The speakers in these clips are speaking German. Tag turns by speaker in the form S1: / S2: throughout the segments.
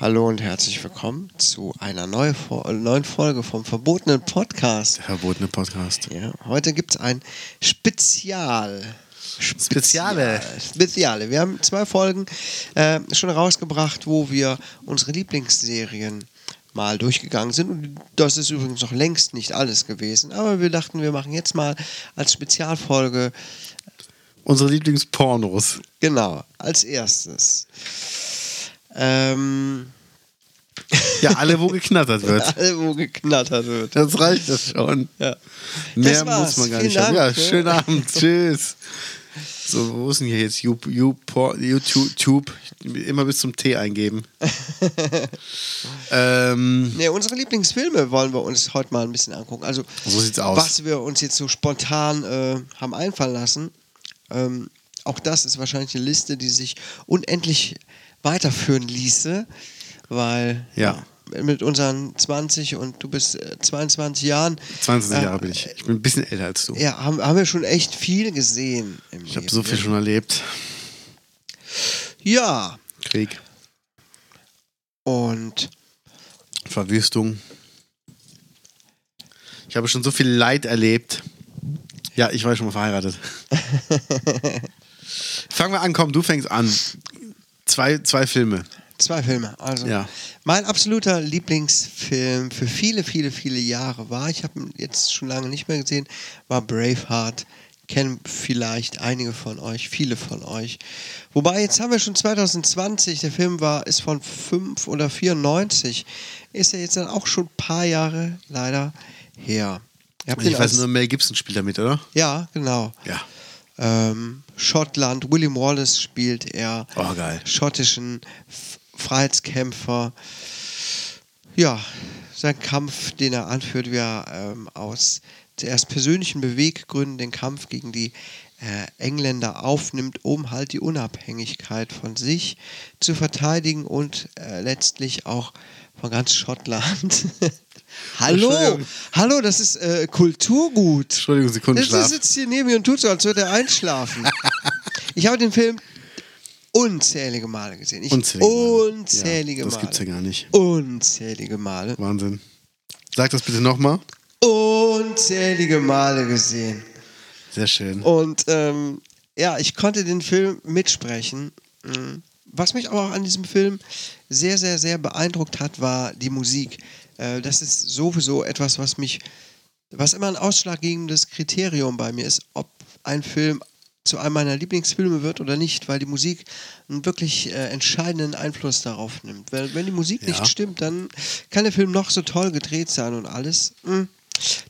S1: Hallo und herzlich willkommen zu einer neuen Folge vom Verbotenen Podcast.
S2: Der verbotene Podcast.
S1: Ja, heute gibt es ein Spezial.
S2: Speziale.
S1: Speziale. Wir haben zwei Folgen äh, schon rausgebracht, wo wir unsere Lieblingsserien mal durchgegangen sind. Und das ist übrigens noch längst nicht alles gewesen. Aber wir dachten, wir machen jetzt mal als Spezialfolge.
S2: Unsere Lieblingspornos.
S1: Genau, als erstes. Ähm,
S2: Ja, alle, wo geknattert wird.
S1: alle, wo geknattert wird.
S2: Das reicht das schon.
S1: Ja.
S2: Mehr
S1: Das war's.
S2: muss man gar
S1: Vielen
S2: nicht haben. Ja,
S1: Dank, ne?
S2: schönen Abend. Tschüss. So, wo ist denn hier jetzt? You, you, Por- YouTube, Tube. Immer bis zum T eingeben. ähm,
S1: Ne, unsere Lieblingsfilme wollen wir uns heute mal ein bisschen angucken. Also,
S2: So sieht's aus.
S1: was wir uns jetzt so spontan äh, haben einfallen lassen, ähm, auch das ist wahrscheinlich eine Liste, die sich unendlich weiterführen ließe, weil
S2: Ja.
S1: mit unseren 20 und du bist äh, 22 Jahren
S2: 22
S1: äh,
S2: Jahre bin ich. Ich bin ein bisschen älter als du.
S1: Ja, haben, haben wir schon echt viel gesehen. Im ne?
S2: Ich habe so viel schon erlebt.
S1: Ja,
S2: Krieg,
S1: und
S2: Verwüstung. Ich habe schon so viel Leid erlebt. Ja, ich war schon mal verheiratet. Fangen wir an, komm, du fängst an. Zwei, zwei Filme.
S1: Zwei Filme. Also
S2: Ja.
S1: mein absoluter Lieblingsfilm für viele, viele, viele Jahre war, ich habe ihn jetzt schon lange nicht mehr gesehen, war Braveheart. Kennen vielleicht einige von euch, viele von euch. Wobei, jetzt haben wir schon 2020, der Film war, ist von 5 oder 94. Ist ja jetzt dann auch schon ein paar Jahre leider her. Ihr habt
S2: Ich
S1: den
S2: weiß
S1: als-
S2: nur, Mel Gibson spielt damit, oder?
S1: Ja, genau.
S2: Ja.
S1: Ähm, Schottland, William Wallace spielt er
S2: Oh, geil.
S1: schottischen F- Freiheitskämpfer. Ja, sein Kampf, den er anführt, wie er ähm, aus zuerst persönlichen Beweggründen den Kampf gegen die äh, Engländer aufnimmt, um halt die Unabhängigkeit von sich zu verteidigen und äh, letztlich auch von ganz Schottland. hallo,
S2: Entschuldigung.
S1: hallo, das ist äh, Kulturgut.
S2: Entschuldigung,
S1: Jetzt
S2: Sekundenschlaf.
S1: sitzt hier neben mir und tut so, als würde er einschlafen. ich habe den Film unzählige Male gesehen. Ich,
S2: Unzählige Male.
S1: Unzählige
S2: Ja,
S1: Male.
S2: das gibt's ja gar nicht.
S1: Unzählige Male.
S2: Wahnsinn. Sag das bitte nochmal.
S1: Unzählige Male gesehen.
S2: Sehr schön.
S1: Und ähm, ja, ich konnte den Film mitsprechen. Mhm. Was mich aber auch an diesem Film sehr, sehr, sehr beeindruckt hat, war die Musik. Äh, das ist sowieso etwas, was mich, was immer ein ausschlaggebendes Kriterium bei mir ist, ob ein Film zu einem meiner Lieblingsfilme wird oder nicht, weil die Musik einen wirklich äh, entscheidenden Einfluss darauf nimmt. Wenn, wenn die Musik
S2: Ja.
S1: nicht stimmt, dann kann der Film noch so toll gedreht sein und alles. Mhm.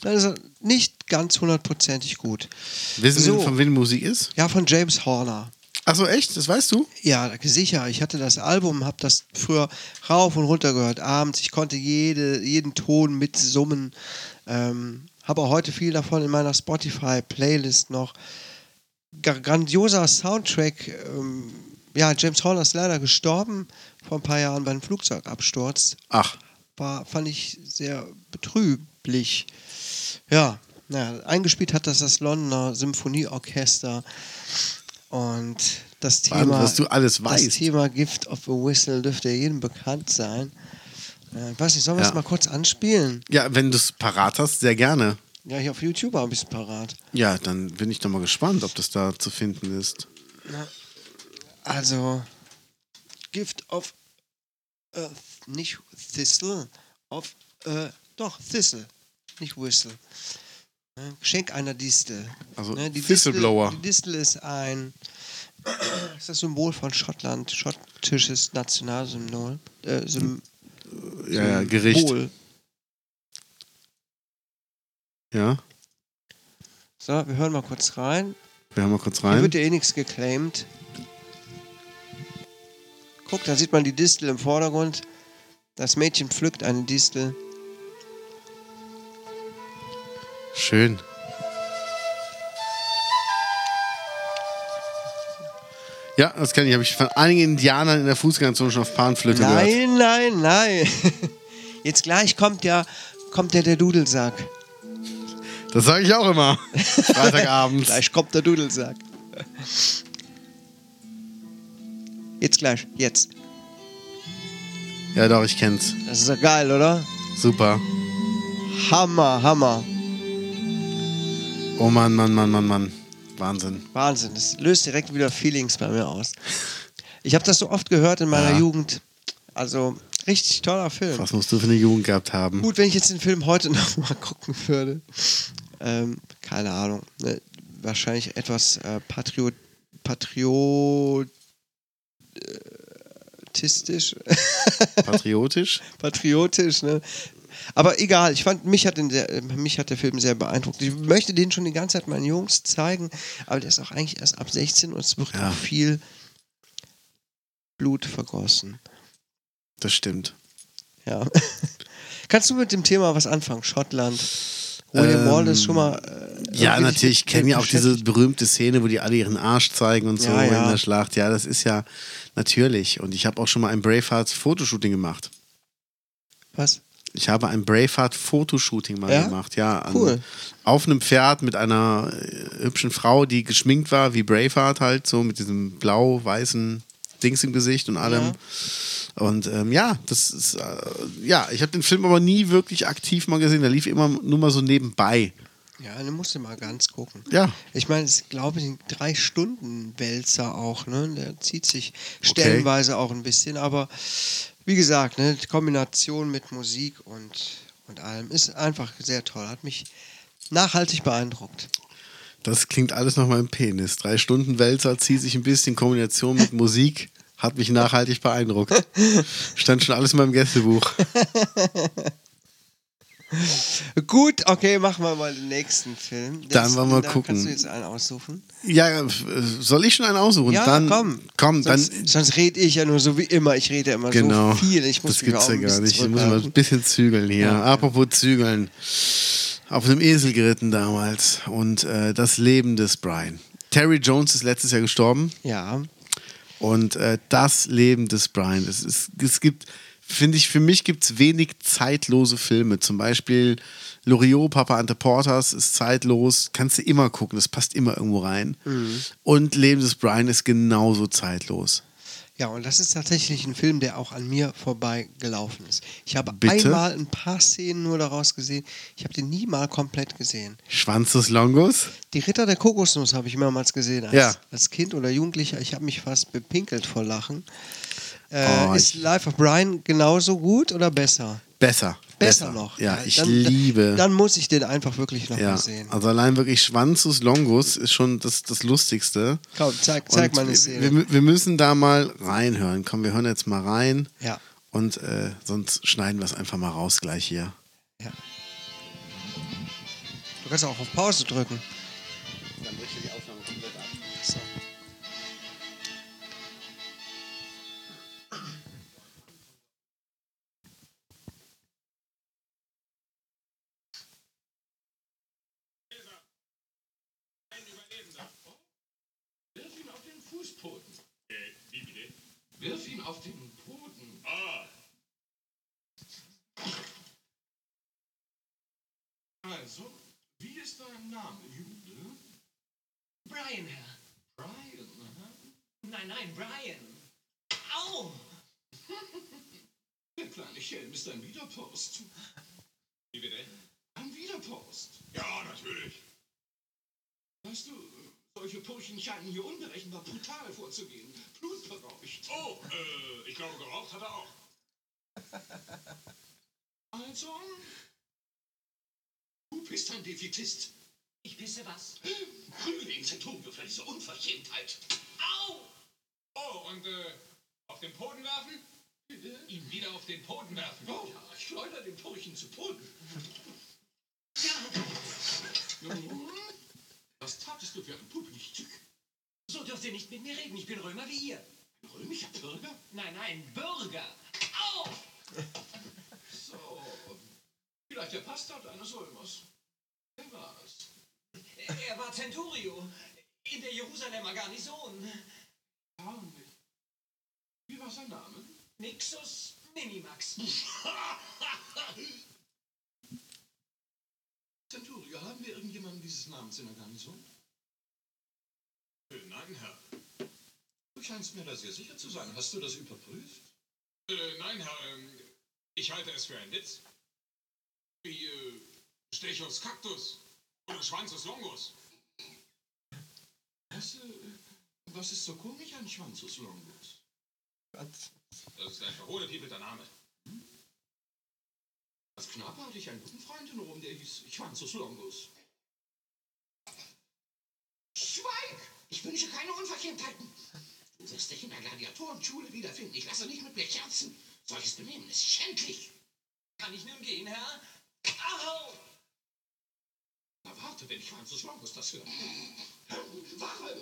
S1: Dann ist er nicht ganz hundertprozentig gut.
S2: Wissen
S1: so.
S2: Sie, von wem die Musik ist?
S1: Ja, von James Horner.
S2: Achso, echt? Das weißt du?
S1: Ja, sicher. Ich hatte das Album, habe das früher rauf und runter gehört, abends. Ich konnte jede, jeden Ton mitsummen. Ähm, habe auch heute viel davon in meiner Spotify-Playlist noch. Ga- grandioser Soundtrack. Ähm, ja, James Horner ist leider gestorben vor ein paar Jahren bei einem Flugzeugabsturz.
S2: Ach.
S1: War, fand ich sehr betrüblich. Ja, naja, eingespielt hat das das Londoner Symphonieorchester. Und das Thema,
S2: Wahnsinn, dass du alles
S1: das
S2: weißt.
S1: Thema Gift of a Whistle dürfte jedem bekannt sein. Äh, weiß nicht, sollen wir es
S2: Ja.
S1: mal kurz anspielen?
S2: Ja, wenn du es parat hast, sehr gerne.
S1: Ja, hier auf YouTube habe ich es parat.
S2: Ja, dann bin ich doch mal gespannt, ob das da zu finden ist.
S1: Also, Gift of a, nicht Thistle, of a, doch, Thistle, nicht Whistle. Ne, Geschenk einer Distel.
S2: Also
S1: Ne, die
S2: Whistleblower.
S1: Distel, die Distel ist ein, ist das Symbol von Schottland, schottisches Nationalsymbol. Äh, Sym
S2: Ja, ja, Gericht.
S1: Symbol.
S2: Ja,
S1: So, wir hören mal kurz rein.
S2: wir hören mal kurz
S1: Hier
S2: rein.
S1: wird ja eh nichts geclaimed. Guck, da sieht man die Distel im Vordergrund. Das Mädchen pflückt eine Distel.
S2: schön. Ja, das kenne ich. Habe ich von einigen Indianern in der Fußgängerzone schon auf Panflöte gehört.
S1: Nein, nein, nein. Jetzt gleich kommt ja, kommt ja der Dudelsack.
S2: Das sage ich auch immer. Freitagabends.
S1: Gleich kommt der Dudelsack. Jetzt gleich, jetzt.
S2: Ja, doch, ich kenn's.
S1: Das ist ja geil, oder?
S2: Super.
S1: Hammer, Hammer.
S2: Oh Mann, Mann, Mann, Mann, Mann. Wahnsinn.
S1: Wahnsinn. Das löst direkt wieder Feelings bei mir aus. Ich habe das so oft gehört in meiner
S2: Ja.
S1: Jugend. Also, richtig toller Film.
S2: Was musst du für eine Jugend gehabt haben?
S1: Gut, wenn ich jetzt den Film heute nochmal gucken würde. Ähm, keine Ahnung. Ne, wahrscheinlich etwas äh, Patriot. Patriotistisch. äh,
S2: Patriotisch?
S1: patriotisch, ne? Aber egal, ich fand, mich hat, den sehr, äh, mich hat der Film sehr beeindruckt. Ich möchte den schon die ganze Zeit meinen Jungs zeigen, aber der ist auch eigentlich erst ab 16 und es wird
S2: Ja.
S1: auch viel Blut vergossen.
S2: Das stimmt.
S1: Ja. Kannst du mit dem Thema was anfangen? Schottland. William
S2: Ähm,
S1: Wallace schon mal. äh,
S2: Ja,
S1: irgendwie
S2: natürlich.
S1: sich
S2: Ich
S1: mit-
S2: kenne ja auch
S1: beschäftigt?
S2: diese berühmte Szene, wo die alle ihren Arsch zeigen und so
S1: Ja, ja.
S2: in der Schlacht. Ja, das ist ja natürlich. Und ich habe auch schon mal ein Braveheart Fotoshooting gemacht.
S1: Was?
S2: Ich habe ein Braveheart Fotoshooting mal
S1: Ja?
S2: gemacht. Ja, an,
S1: Cool.
S2: auf einem Pferd mit einer äh, hübschen Frau, die geschminkt war, wie Braveheart halt, so mit diesem blau-weißen Dings im Gesicht und allem. Und ähm, ja, das ist, äh, ja, ich habe den Film aber nie wirklich aktiv mal gesehen. Der lief immer nur mal so nebenbei.
S1: Ja, dann musst du mal ganz gucken.
S2: Ja.
S1: Ich meine, es ist, glaube ich, ein Drei-Stunden-Wälzer auch, ne? Der zieht sich stellenweise auch ein bisschen, aber wie gesagt, ne, die Kombination mit Musik und, und allem ist einfach sehr toll. Hat mich nachhaltig beeindruckt.
S2: Das klingt alles nach meinem Penis. Drei Stunden Wälzer zieht sich ein bisschen Kombination mit Musik. Hat mich nachhaltig beeindruckt. Stand schon alles in meinem Gästebuch.
S1: Gut, okay, machen wir mal den nächsten Film. Der
S2: Dann
S1: ist-
S2: wollen wir
S1: da
S2: gucken.
S1: Kannst du jetzt einen aussuchen?
S2: Ja, f- soll ich schon einen aussuchen?
S1: Ja,
S2: dann,
S1: komm.
S2: Komm, dann.
S1: sonst sonst rede ich ja nur so wie immer. Ich rede ja immer
S2: Genau.
S1: so viel. Ich muss
S2: das
S1: mich
S2: gibt's
S1: auch
S2: ja
S1: ein
S2: gar
S1: bisschen
S2: nicht. Ich muss mal ein
S1: zurückhalten.
S2: bisschen zügeln hier.
S1: Ja, ja.
S2: Apropos zügeln. Auf einem Esel geritten damals. Und äh, das Leben des Brian. Terry Jones ist letztes Jahr gestorben.
S1: Ja,
S2: Und äh, das Leben des Brian. Es, ist, es gibt, finde ich, für mich gibt es wenig zeitlose Filme. Zum Beispiel Loriot, Papa Ante Porters ist zeitlos. Kannst du immer gucken, das passt immer irgendwo rein.
S1: Mhm.
S2: Und Leben des Brian ist genauso zeitlos.
S1: Ja, und das ist tatsächlich ein Film, der auch an mir vorbeigelaufen ist. Ich habe
S2: Bitte?
S1: einmal ein paar Szenen nur daraus gesehen. Ich habe den nie mal komplett gesehen.
S2: Schwanz des Longos?
S1: Die Ritter der Kokosnuss habe ich mehrmals gesehen. Als,
S2: Ja.
S1: als Kind oder Jugendlicher. Ich habe mich fast bepinkelt vor Lachen. Äh,
S2: Oh,
S1: ist Life of Brian genauso gut oder besser?
S2: Besser.
S1: Besser, noch.
S2: Ja, ich
S1: dann,
S2: liebe.
S1: Dann muss ich den einfach wirklich nochmal
S2: ja,
S1: sehen.
S2: also allein wirklich Schwanz des Longos ist schon das, das Lustigste.
S1: Komm, zeig, zeig
S2: Und
S1: mal eine
S2: wir,
S1: Szene.
S2: wir, wir müssen da mal reinhören. Komm, wir hören jetzt mal rein.
S1: Ja.
S2: Und äh, sonst schneiden wir es einfach mal raus gleich hier.
S1: ja. Du kannst auch auf Pause drücken.
S2: Dann bricht die Aufnahme komplett ab.
S1: So.
S3: Wirf ihn auf den Fußboden. Äh, wie bitte? Wirf ihn auf den Boden. Ah. Also, wie ist dein Name, Jude? Brian, Herr. Brian, aha. Nein, nein, Brian. Au! Der kleine Schelm ist ein Wiederpost. Wie bitte? Ein Wiederpost. Ja, natürlich. Weißt du, solche Burschen scheinen hier unberechenbar brutal vorzugehen. Blutberaubt. Oh, ich glaube, geraucht hat er auch. Also? Du bist ein Defizist. Ich pisse was? Frühlings für diese Unverschämtheit. Au! Oh, und äh, auf den Boden werfen? Bitte? Ihn wieder auf den Boden werfen. Oh, ja, schleuder den Burschen zu Boden. Ja. Was tatest du für ein Publikumsstück? So dürft ihr nicht mit mir reden. Ich bin Römer wie ihr. Ein römischer Bürger? Nein, nein, Bürger. Au! so. Vielleicht der Bastard eines Römers. Wer war's? Centurio in der Jerusalemer Garnison. Warum nicht? Wie war sein Name? Nixus Minimax. Centurio, haben wir irgendjemanden dieses Namens in der Garnison? Äh, Nein, Herr. Du scheinst mir da sehr sicher zu sein. Hast du das überprüft? Äh, nein, Herr. ähm, Ich halte es für einen Witz. Wie äh, Stechos Kaktus oder Schwanzus Longus. Was, äh, was ist so komisch an Schwanzus Longus? Das ist ein verhohlepiepelter Name. Als Knabe hatte ich einen guten Freund in Rom, der hieß Schwanzus Longus. Schweig! Ich wünsche keine Unverschämtheiten. Du wirst dich in der Gladiatorenschule wiederfinden. Ich lasse nicht mit mir scherzen. Solches Benehmen ist schändlich. Kann ich nun gehen, Herr? Au! Na warte, wenn Schwanzus Longus das hört. Wache!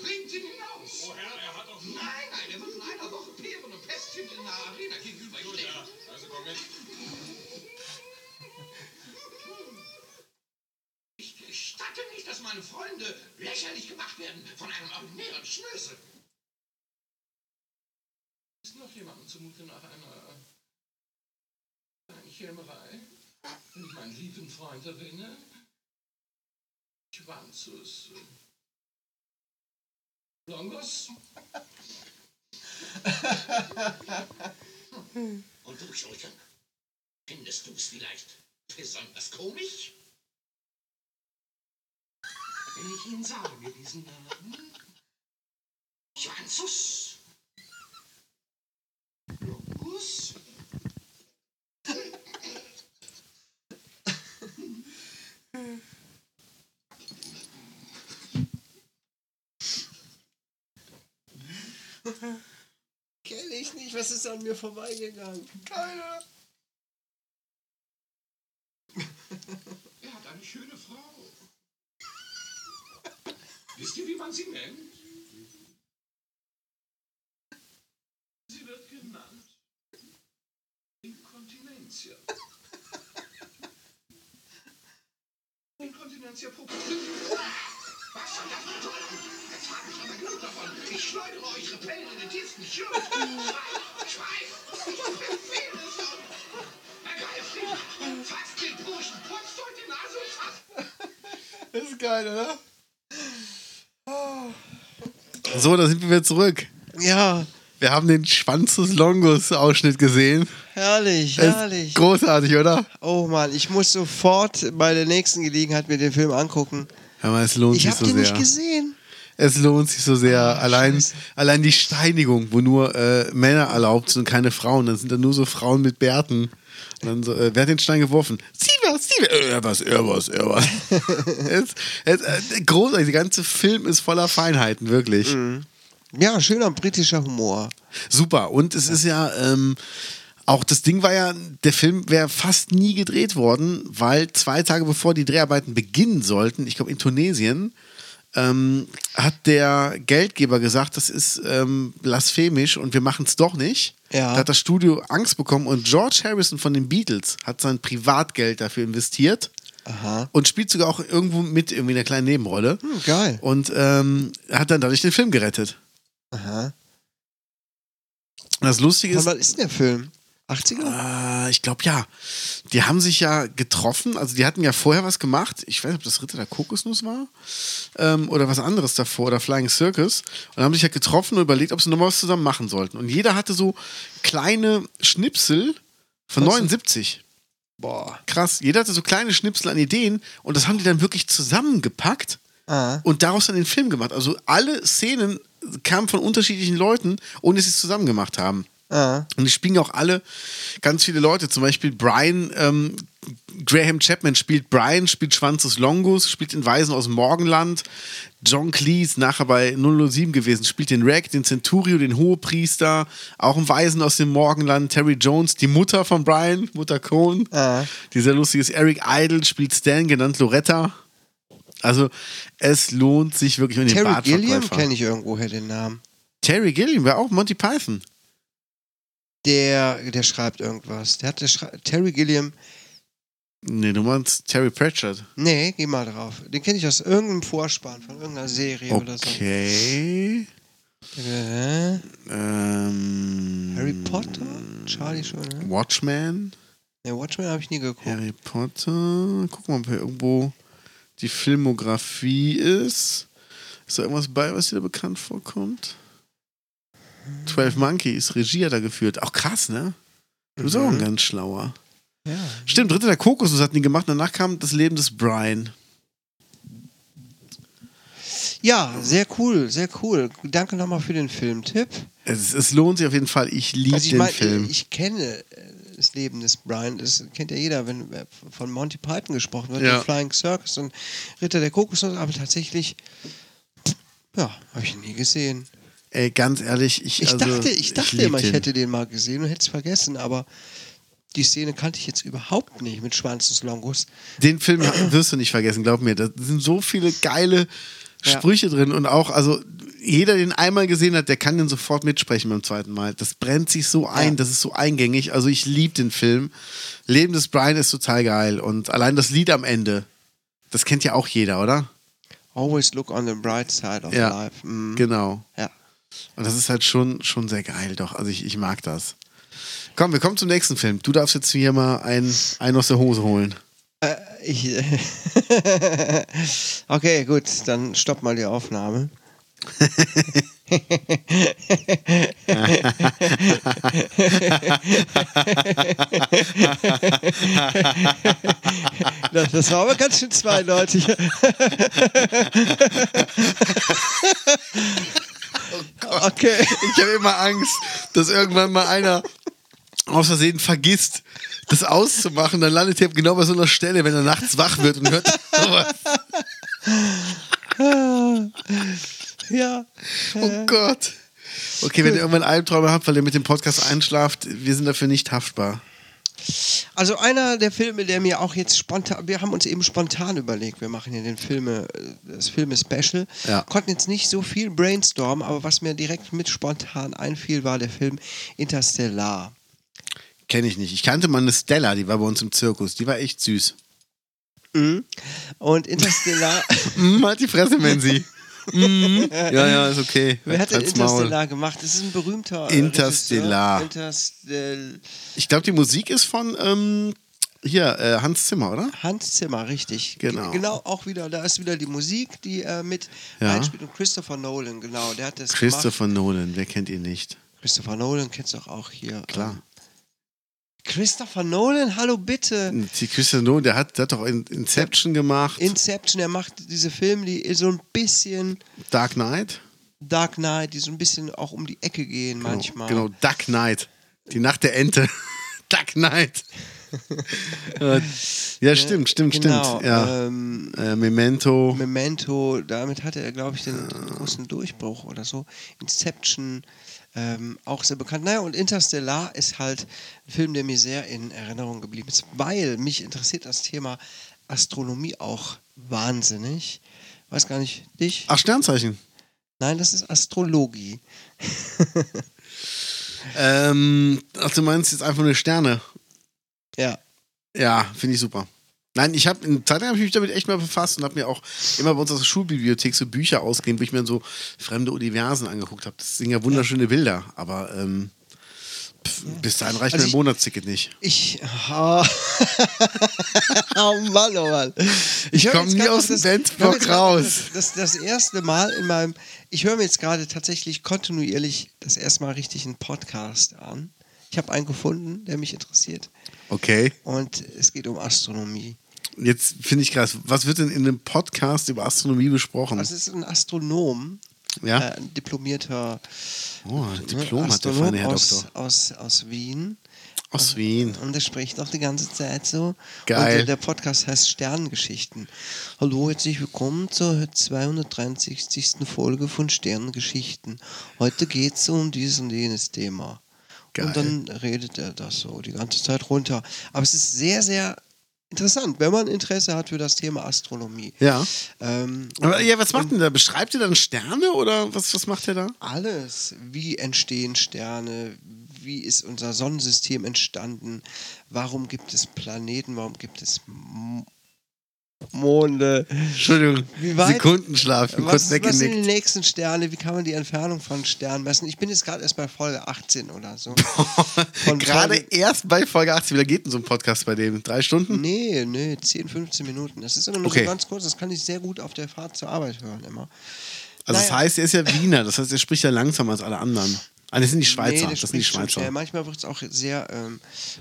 S3: Bringt ihn hinaus!
S4: Oh Herr, er hat doch...
S3: Nein, nein, er wird in einer Woche Peeren und Pestchen in der Arena
S4: Gut,
S3: gegenüberstehen.
S4: ja. Also komm mit.
S3: Ich gestatte nicht, dass meine Freunde lächerlich gemacht werden von einem ordinären Schnösel. Ist noch jemandem zumute nach einer kleinen Schämerei? Wenn ich meinen lieben Freund erwähne? Schwanzus. äh, Longos? Und du, Schurken, findest du es vielleicht besonders komisch? Wenn ich Ihnen sage, diesen Namen. Schwanzus. Lokus.
S1: Kenne ich nicht, was ist an mir vorbeigegangen? Keiner.
S3: Er hat eine schöne Frau. Wisst ihr, wie man sie nennt? Sie wird genannt Inkontinentia. Inkontinentia purpurina. Was soll das bedeuten? Jetzt habe ich aber genug davon. Ich schleudere euch Repellen in den tiefsten Schuh. Schweif, schweif. Ich befehle es euch. Ergreift ihn. Fasst den Burschen. Putzt euch die Nase und fasst
S2: Das ist geil, oder? So, da sind wir wieder zurück.
S1: Ja,
S2: Wir haben den Schwanz des Longus-Ausschnitt gesehen.
S1: herrlich,
S2: Das ist
S1: herrlich.
S2: Großartig, oder?
S1: Oh Mann, ich muss sofort bei der nächsten Gelegenheit mir den Film angucken.
S2: Hör mal, es lohnt
S1: Ich
S2: sich
S1: habe
S2: so
S1: den nicht
S2: sehr.
S1: gesehen.
S2: Es lohnt sich so sehr. allein,
S1: Scheiße.
S2: allein die Steinigung, wo nur äh, Männer erlaubt sind und keine Frauen. Dann sind da nur so Frauen mit Bärten. Und dann so, äh, wer hat den Stein geworfen? Sie was, sie was. Äh, Er was, er was, er was. es, es, äh, großartig, der ganze Film ist voller Feinheiten, wirklich.
S1: Ja, schöner britischer Humor.
S2: Super. Und es ist ja ähm, auch das Ding war ja, der Film wäre fast nie gedreht worden, weil zwei Tage bevor die Dreharbeiten beginnen sollten, ich glaube in Tunesien, ähm, hat der Geldgeber gesagt, das ist ähm, blasphemisch und wir machen es doch nicht.
S1: Ja.
S2: Da hat das Studio Angst bekommen und George Harrison von den Beatles hat sein Privatgeld dafür investiert.
S1: Aha.
S2: Und spielt sogar auch irgendwo mit, irgendwie in einer kleinen Nebenrolle.
S1: Hm, geil.
S2: Und ähm, hat dann dadurch den Film gerettet.
S1: Aha.
S2: Und das Lustige ist,
S1: Wann ist denn der Film? 80er?
S2: Äh, ich glaube ja. Die haben sich ja getroffen, also die hatten ja vorher was gemacht. Ich weiß nicht, ob das Ritter der Kokosnuss war ähm, oder was anderes davor oder Flying Circus. Und haben sich ja getroffen und überlegt, ob sie nochmal was zusammen machen sollten. Und jeder hatte so kleine Schnipsel von
S1: Was?
S2: 79.
S1: Boah.
S2: Krass, jeder hatte so kleine Schnipsel an Ideen und das haben die dann wirklich zusammengepackt
S1: Ah.
S2: und daraus dann den Film gemacht. Also alle Szenen kamen von unterschiedlichen Leuten, ohne dass sie es zusammen gemacht haben.
S1: Ah.
S2: Und die spielen auch alle ganz viele Leute. Zum Beispiel Brian, ähm, Graham Chapman spielt Brian, spielt Schwanz des Longus, spielt den Weisen aus dem Morgenland. John Cleese, nachher bei 007 gewesen, spielt den Rack, den Centurio, den Hohepriester, auch einen Weisen aus dem Morgenland. Terry Jones, die Mutter von Brian, Mutter Cohn.
S1: Ah.
S2: Die sehr lustig ist. Eric Idle spielt Stan, genannt Loretta. Also, es lohnt sich wirklich. Und den
S1: Terry Gilliam
S2: Bartverkäufer.
S1: kenne ich irgendwoher den Namen.
S2: Terry Gilliam war auch Monty Python.
S1: Der, der schreibt irgendwas. Der hat, der schrei- Terry Gilliam,
S2: Nee, du meinst Terry Pratchett.
S1: Nee, geh mal drauf. Den kenne ich aus irgendeinem Vorspann von irgendeiner Serie oder so.
S2: Okay.
S1: Äh,
S2: Ähm,
S1: Harry Potter? Charlie schon, ne?
S2: Watchmen?
S1: Ne, Watchmen habe ich nie geguckt.
S2: Harry Potter. Guck mal, ob hier irgendwo die Filmografie ist. Ist da irgendwas bei, was dir da bekannt vorkommt?
S1: Hm.
S2: 12 Monkeys, Regie hat er geführt. Auch krass, ne? Du bist auch
S1: Mhm.
S2: ein ganz schlauer.
S1: Ja.
S2: Stimmt, Dritte der Kokosnuss hatten die gemacht. Danach kam das Leben des Brian.
S1: ja, sehr cool, sehr cool. Danke nochmal für den Filmtipp. Also
S2: Es, es lohnt sich auf jeden Fall. Ich liebe
S1: ich
S2: den
S1: mein,
S2: Film.
S1: ich kenne äh, das Leben des Brian, das kennt ja jeder, wenn äh, von Monty Python gesprochen wird,
S2: Ja.
S1: den Flying Circus und Ritter der Kokosnuss, aber tatsächlich, ja, habe ich nie gesehen.
S2: Ey, ganz ehrlich, ich,
S1: Ich
S2: also,
S1: dachte, ich dachte
S2: lieb
S1: immer, ich
S2: den.
S1: hätte den mal gesehen und hätte es vergessen, aber die Szene kannte ich jetzt überhaupt nicht mit Schwanz des Longus.
S2: Den Film wirst du nicht vergessen, glaub mir. Da sind so viele geile
S1: Ja.
S2: Sprüche drin. Und auch, also, jeder, den einmal gesehen hat, der kann den sofort mitsprechen beim zweiten Mal. Das brennt sich so ein,
S1: Ja.
S2: das ist so eingängig. Also, ich liebe den Film. Leben des Brian ist total geil. Und allein das Lied am Ende, das kennt ja auch jeder, oder?
S1: Always look on the bright side of
S2: Ja.
S1: life. Mhm.
S2: Genau.
S1: Ja.
S2: Und das ist halt schon, schon sehr geil, doch. Also, ich, ich mag das. Komm, wir kommen zum nächsten Film. Du darfst jetzt hier mal einen, einen aus der Hose holen.
S1: Ich, okay, gut, dann stopp mal die Aufnahme. das, das war aber ganz schön zweideutig. okay.
S2: Ich habe immer Angst, dass irgendwann mal einer aus Versehen vergisst, das auszumachen. Dann landet er genau bei so einer Stelle, wenn er nachts wach wird und hört sowas.
S1: Ja.
S2: Oh Gott. Okay, wenn ihr irgendwann Albträume habt, weil ihr mit dem Podcast einschlaft, wir sind dafür nicht haftbar.
S1: Also einer der Filme, der mir auch jetzt spontan, wir haben uns eben spontan überlegt, wir machen hier den Filme, das Filme-Special,
S2: Ja.
S1: konnten jetzt nicht so viel brainstormen, aber was mir direkt mit spontan einfiel, war der Film Interstellar.
S2: Kenne ich nicht. Ich kannte mal eine Stella, die war bei uns im Zirkus. Die war echt süß.
S1: Mhm. Und Interstellar,
S2: Mm, halt die Fresse, Menzi. Mm. Ja, ja, ist okay.
S1: wer hat denn
S2: Halt's Maul.
S1: Interstellar gemacht? Das ist ein berühmter äh,
S2: Interstellar.
S1: Regisseur. Interstell
S2: Ich glaube, die Musik ist von ähm, hier, äh, Hans Zimmer, oder?
S1: Hans Zimmer, richtig. Ge-
S2: Genau.
S1: Genau, auch wieder, da ist wieder die Musik, die äh, mit
S2: Ja.
S1: einspielt und Christopher Nolan, genau, der hat das gemacht.
S2: Christopher Nolan, wer kennt ihn nicht?
S1: Christopher Nolan kennst du doch auch hier.
S2: Klar.
S1: Christopher Nolan, hallo bitte.
S2: Die Christian Nolan, der hat, der hat doch In- Inception gemacht,
S1: Inception, er macht diese Filme, die so ein bisschen
S2: Dark Knight.
S1: Dark Knight, die so ein bisschen auch um die Ecke gehen manchmal.
S2: Genau, Dark Knight. Die Nacht der Ente. Dark Knight. Äh, ja, stimmt, stimmt,
S1: Genau,
S2: stimmt. Ja.
S1: Ähm,
S2: Äh, Memento.
S1: Memento, damit hatte er, glaube ich, den großen Durchbruch oder so. Inception, ähm, auch sehr bekannt. Naja, und Interstellar ist halt ein Film, der mir sehr in Erinnerung geblieben ist, weil mich interessiert das Thema Astronomie auch wahnsinnig. Weiß gar nicht, dich?
S2: Ach, Sternzeichen.
S1: Nein, das ist Astrologie.
S2: Ähm, ach, du meinst jetzt einfach nur Sterne.
S1: Ja.
S2: Ja, finde ich super. Nein, ich habe in Zeit lang habe ich mich damit echt mal befasst und habe mir auch immer bei uns aus der Schulbibliothek so Bücher ausgeliehen, wo ich mir dann so fremde Universen angeguckt habe. Das sind ja wunderschöne Bilder, aber ähm, pf, bis dahin reicht
S1: Also
S2: mein
S1: ich-
S2: Monatsticket nicht.
S1: Ich. Oh, oh Mann, oh Mann. Ich, hör
S2: komm
S1: jetzt
S2: nie
S1: grad
S2: aus
S1: noch
S2: dem
S1: das-
S2: Bandblock
S1: ich hör mir jetzt grad noch
S2: raus.
S1: Das, das, das erste Mal in meinem. Ich höre mir jetzt gerade tatsächlich kontinuierlich das erste Mal richtig einen Podcast an. Ich habe einen gefunden, der mich interessiert.
S2: Okay.
S1: Und es geht um Astronomie.
S2: Jetzt finde ich krass. Was wird denn in einem Podcast über Astronomie besprochen?
S1: Also es ist ein Astronom,
S2: Hm. Ja.
S1: äh, ein diplomierter ne,
S2: oh, ein Diplom hat der
S1: Astronom
S2: feine Herr
S1: aus,
S2: Doktor.
S1: aus, aus Wien.
S2: Aus Wien.
S1: Und der spricht auch die ganze Zeit so.
S2: Geil.
S1: Und der Podcast heißt Sternengeschichten. Hallo, herzlich willkommen zur 263. Folge von Sternengeschichten. Heute geht es um dies und jenes Thema.
S2: Geil.
S1: Und dann redet er das so die ganze Zeit runter. Aber es ist sehr, sehr interessant, wenn man Interesse hat für das Thema Astronomie.
S2: Ja.
S1: Ähm,
S2: Aber ja, was macht denn da? Beschreibt ihr dann Sterne oder was, was macht er da?
S1: alles. Wie entstehen Sterne? wie ist unser Sonnensystem entstanden, warum gibt es Planeten, warum gibt es M Monde,
S2: Entschuldigung,
S1: Wie weit-
S2: Sekundenschlaf, ich bin kurz
S1: was, was sind die
S2: weggenickt.
S1: nächsten Sterne, wie kann man die Entfernung von Sternen messen. Ich bin jetzt gerade erst bei Folge 18 oder so. Von
S2: Gerade
S1: Folge-
S2: erst bei Folge 18, wie lange geht denn so ein Podcast bei dem? Drei Stunden?
S1: Nee, nee, 10, 15 Minuten. Das ist immer nur
S2: Okay.
S1: so ganz kurz, das kann ich sehr gut auf der Fahrt zur Arbeit hören immer.
S2: Also das
S1: Naja.
S2: heißt, er ist ja Wiener, das heißt, er spricht ja langsamer als alle anderen. Ah, das sind die Schweizer,
S1: Nee,
S2: das sind
S1: spricht
S2: die
S1: schon
S2: Schweizer.
S1: schnell. Manchmal wird es auch sehr ähm,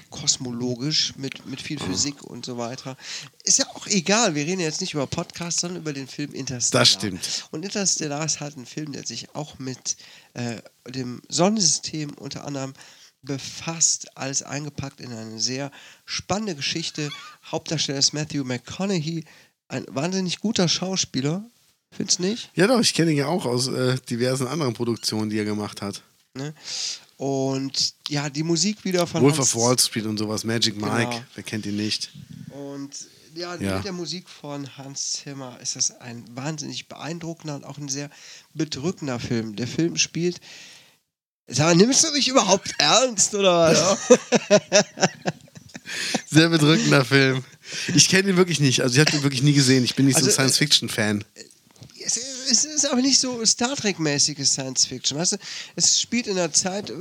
S1: kosmologisch mit, mit
S2: Ah.
S1: viel Physik und so weiter. Ist ja auch egal, wir reden jetzt nicht über Podcasts, sondern über den Film Interstellar.
S2: Das stimmt.
S1: Und Interstellar ist halt ein Film, der sich auch mit äh, dem Sonnensystem unter anderem befasst, alles eingepackt in eine sehr spannende Geschichte. Hauptdarsteller ist Matthew McConaughey, ein wahnsinnig guter Schauspieler, findest du nicht?
S2: Ja doch, ich kenne ihn ja auch aus äh, diversen anderen Produktionen, die er gemacht hat.
S1: Ne? Und ja, die Musik wieder von
S2: Wolf
S1: Hans
S2: of Wall Street und sowas, Magic
S1: Genau.
S2: Mike, wer kennt ihn nicht?
S1: Und ja,
S2: Ja.
S1: mit der Musik von Hans Zimmer ist das ein wahnsinnig beeindruckender und auch ein sehr bedrückender Film. Der Film spielt. Sag mal, nimmst du mich überhaupt ernst oder was?
S2: Sehr bedrückender Film. Ich kenne ihn wirklich nicht, also ich habe ihn wirklich nie gesehen. Ich bin nicht so
S1: Also,
S2: ein Science-Fiction-Fan.
S1: Es, ist- es ist aber nicht so Star Trek-mäßiges Science Fiction. Weißt du, es spielt in der Zeit, äh,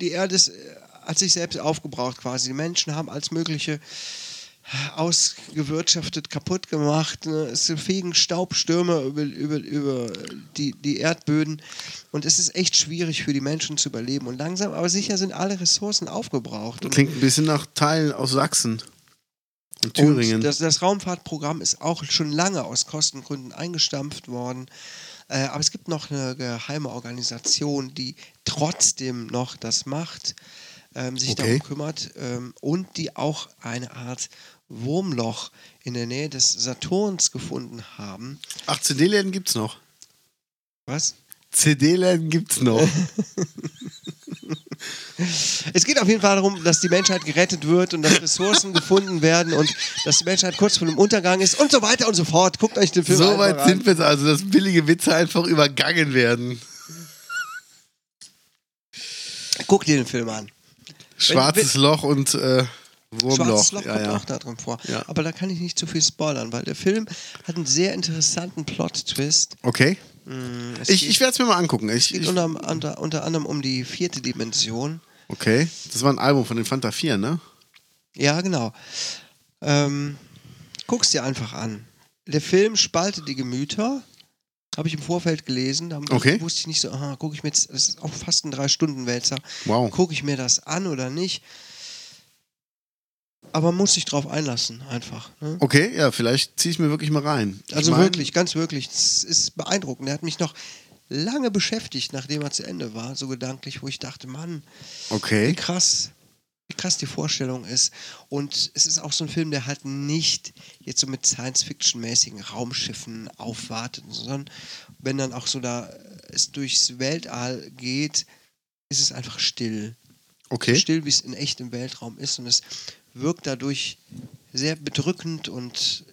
S1: die Erde ist, äh, hat sich selbst aufgebraucht quasi. Die Menschen haben alles Mögliche äh, ausgewirtschaftet, kaputt gemacht. Ne? Es fegen Staubstürme über, über, über die, die Erdböden und es ist echt schwierig für die Menschen zu überleben. Und langsam, aber sicher sind alle Ressourcen aufgebraucht. Und
S2: Klingt ein bisschen nach Teilen aus Sachsen und Thüringen.
S1: und das, das Raumfahrtprogramm ist auch schon lange aus Kostengründen eingestampft worden. Äh, aber es gibt noch eine geheime Organisation, die trotzdem noch das macht, ähm, sich
S2: Okay.
S1: darum kümmert ähm, und die auch eine Art Wurmloch in der Nähe des Saturns gefunden haben.
S2: Ach, CD-Läden gibt's noch.
S1: Was?
S2: CD-Läden gibt's noch.
S1: Es geht auf jeden Fall darum, dass die Menschheit gerettet wird und dass Ressourcen gefunden werden und dass die Menschheit kurz vor dem Untergang ist und so weiter und so fort. Guckt euch den Film
S2: so
S1: einfach
S2: weit
S1: an.
S2: sind wir also, dass billige Witze einfach übergangen werden.
S1: Guckt dir den Film an.
S2: Schwarzes Loch und äh, Wurmloch.
S1: Schwarzes Loch
S2: ja,
S1: kommt
S2: ja.
S1: auch da drin vor.
S2: Ja.
S1: Aber da kann ich nicht zu viel spoilern, weil der Film hat einen sehr interessanten Plot-Twist.
S2: Okay.
S1: Mm, Es
S2: Ich,
S1: geht,
S2: ich werde Hm, es mir mal angucken. Ich,
S1: geht
S2: ich,
S1: unter, unter, unter anderem um die vierte Dimension.
S2: okay. Das war ein Album von den Fanta 4, ne?
S1: Ja, genau. Ähm, guck's dir einfach an. Der Film spaltet die Gemüter. Habe ich im Vorfeld gelesen. Da
S2: Okay.
S1: wusste ich nicht so, aha, gucke ich mir jetzt, das ist auch fast ein Drei-Stunden-Wälzer.
S2: Wow.
S1: Gucke ich mir das an oder nicht? Aber muss sich drauf einlassen, einfach. Ne?
S2: Okay, ja, vielleicht ziehe ich mir wirklich mal rein. Ich
S1: Also
S2: mein,
S1: wirklich, ganz wirklich. Das ist beeindruckend. Er hat mich noch lange beschäftigt, nachdem er zu Ende war, so gedanklich, wo ich dachte, Mann, wie
S2: Okay.
S1: krass, wie krass die Vorstellung ist. Und es ist auch so ein Film, der halt nicht jetzt so mit Science-Fiction-mäßigen Raumschiffen aufwartet, sondern wenn dann auch so da es durchs Weltall geht, ist es einfach still
S2: Okay.
S1: still, wie es in echt im Weltraum ist. Und es wirkt dadurch sehr bedrückend und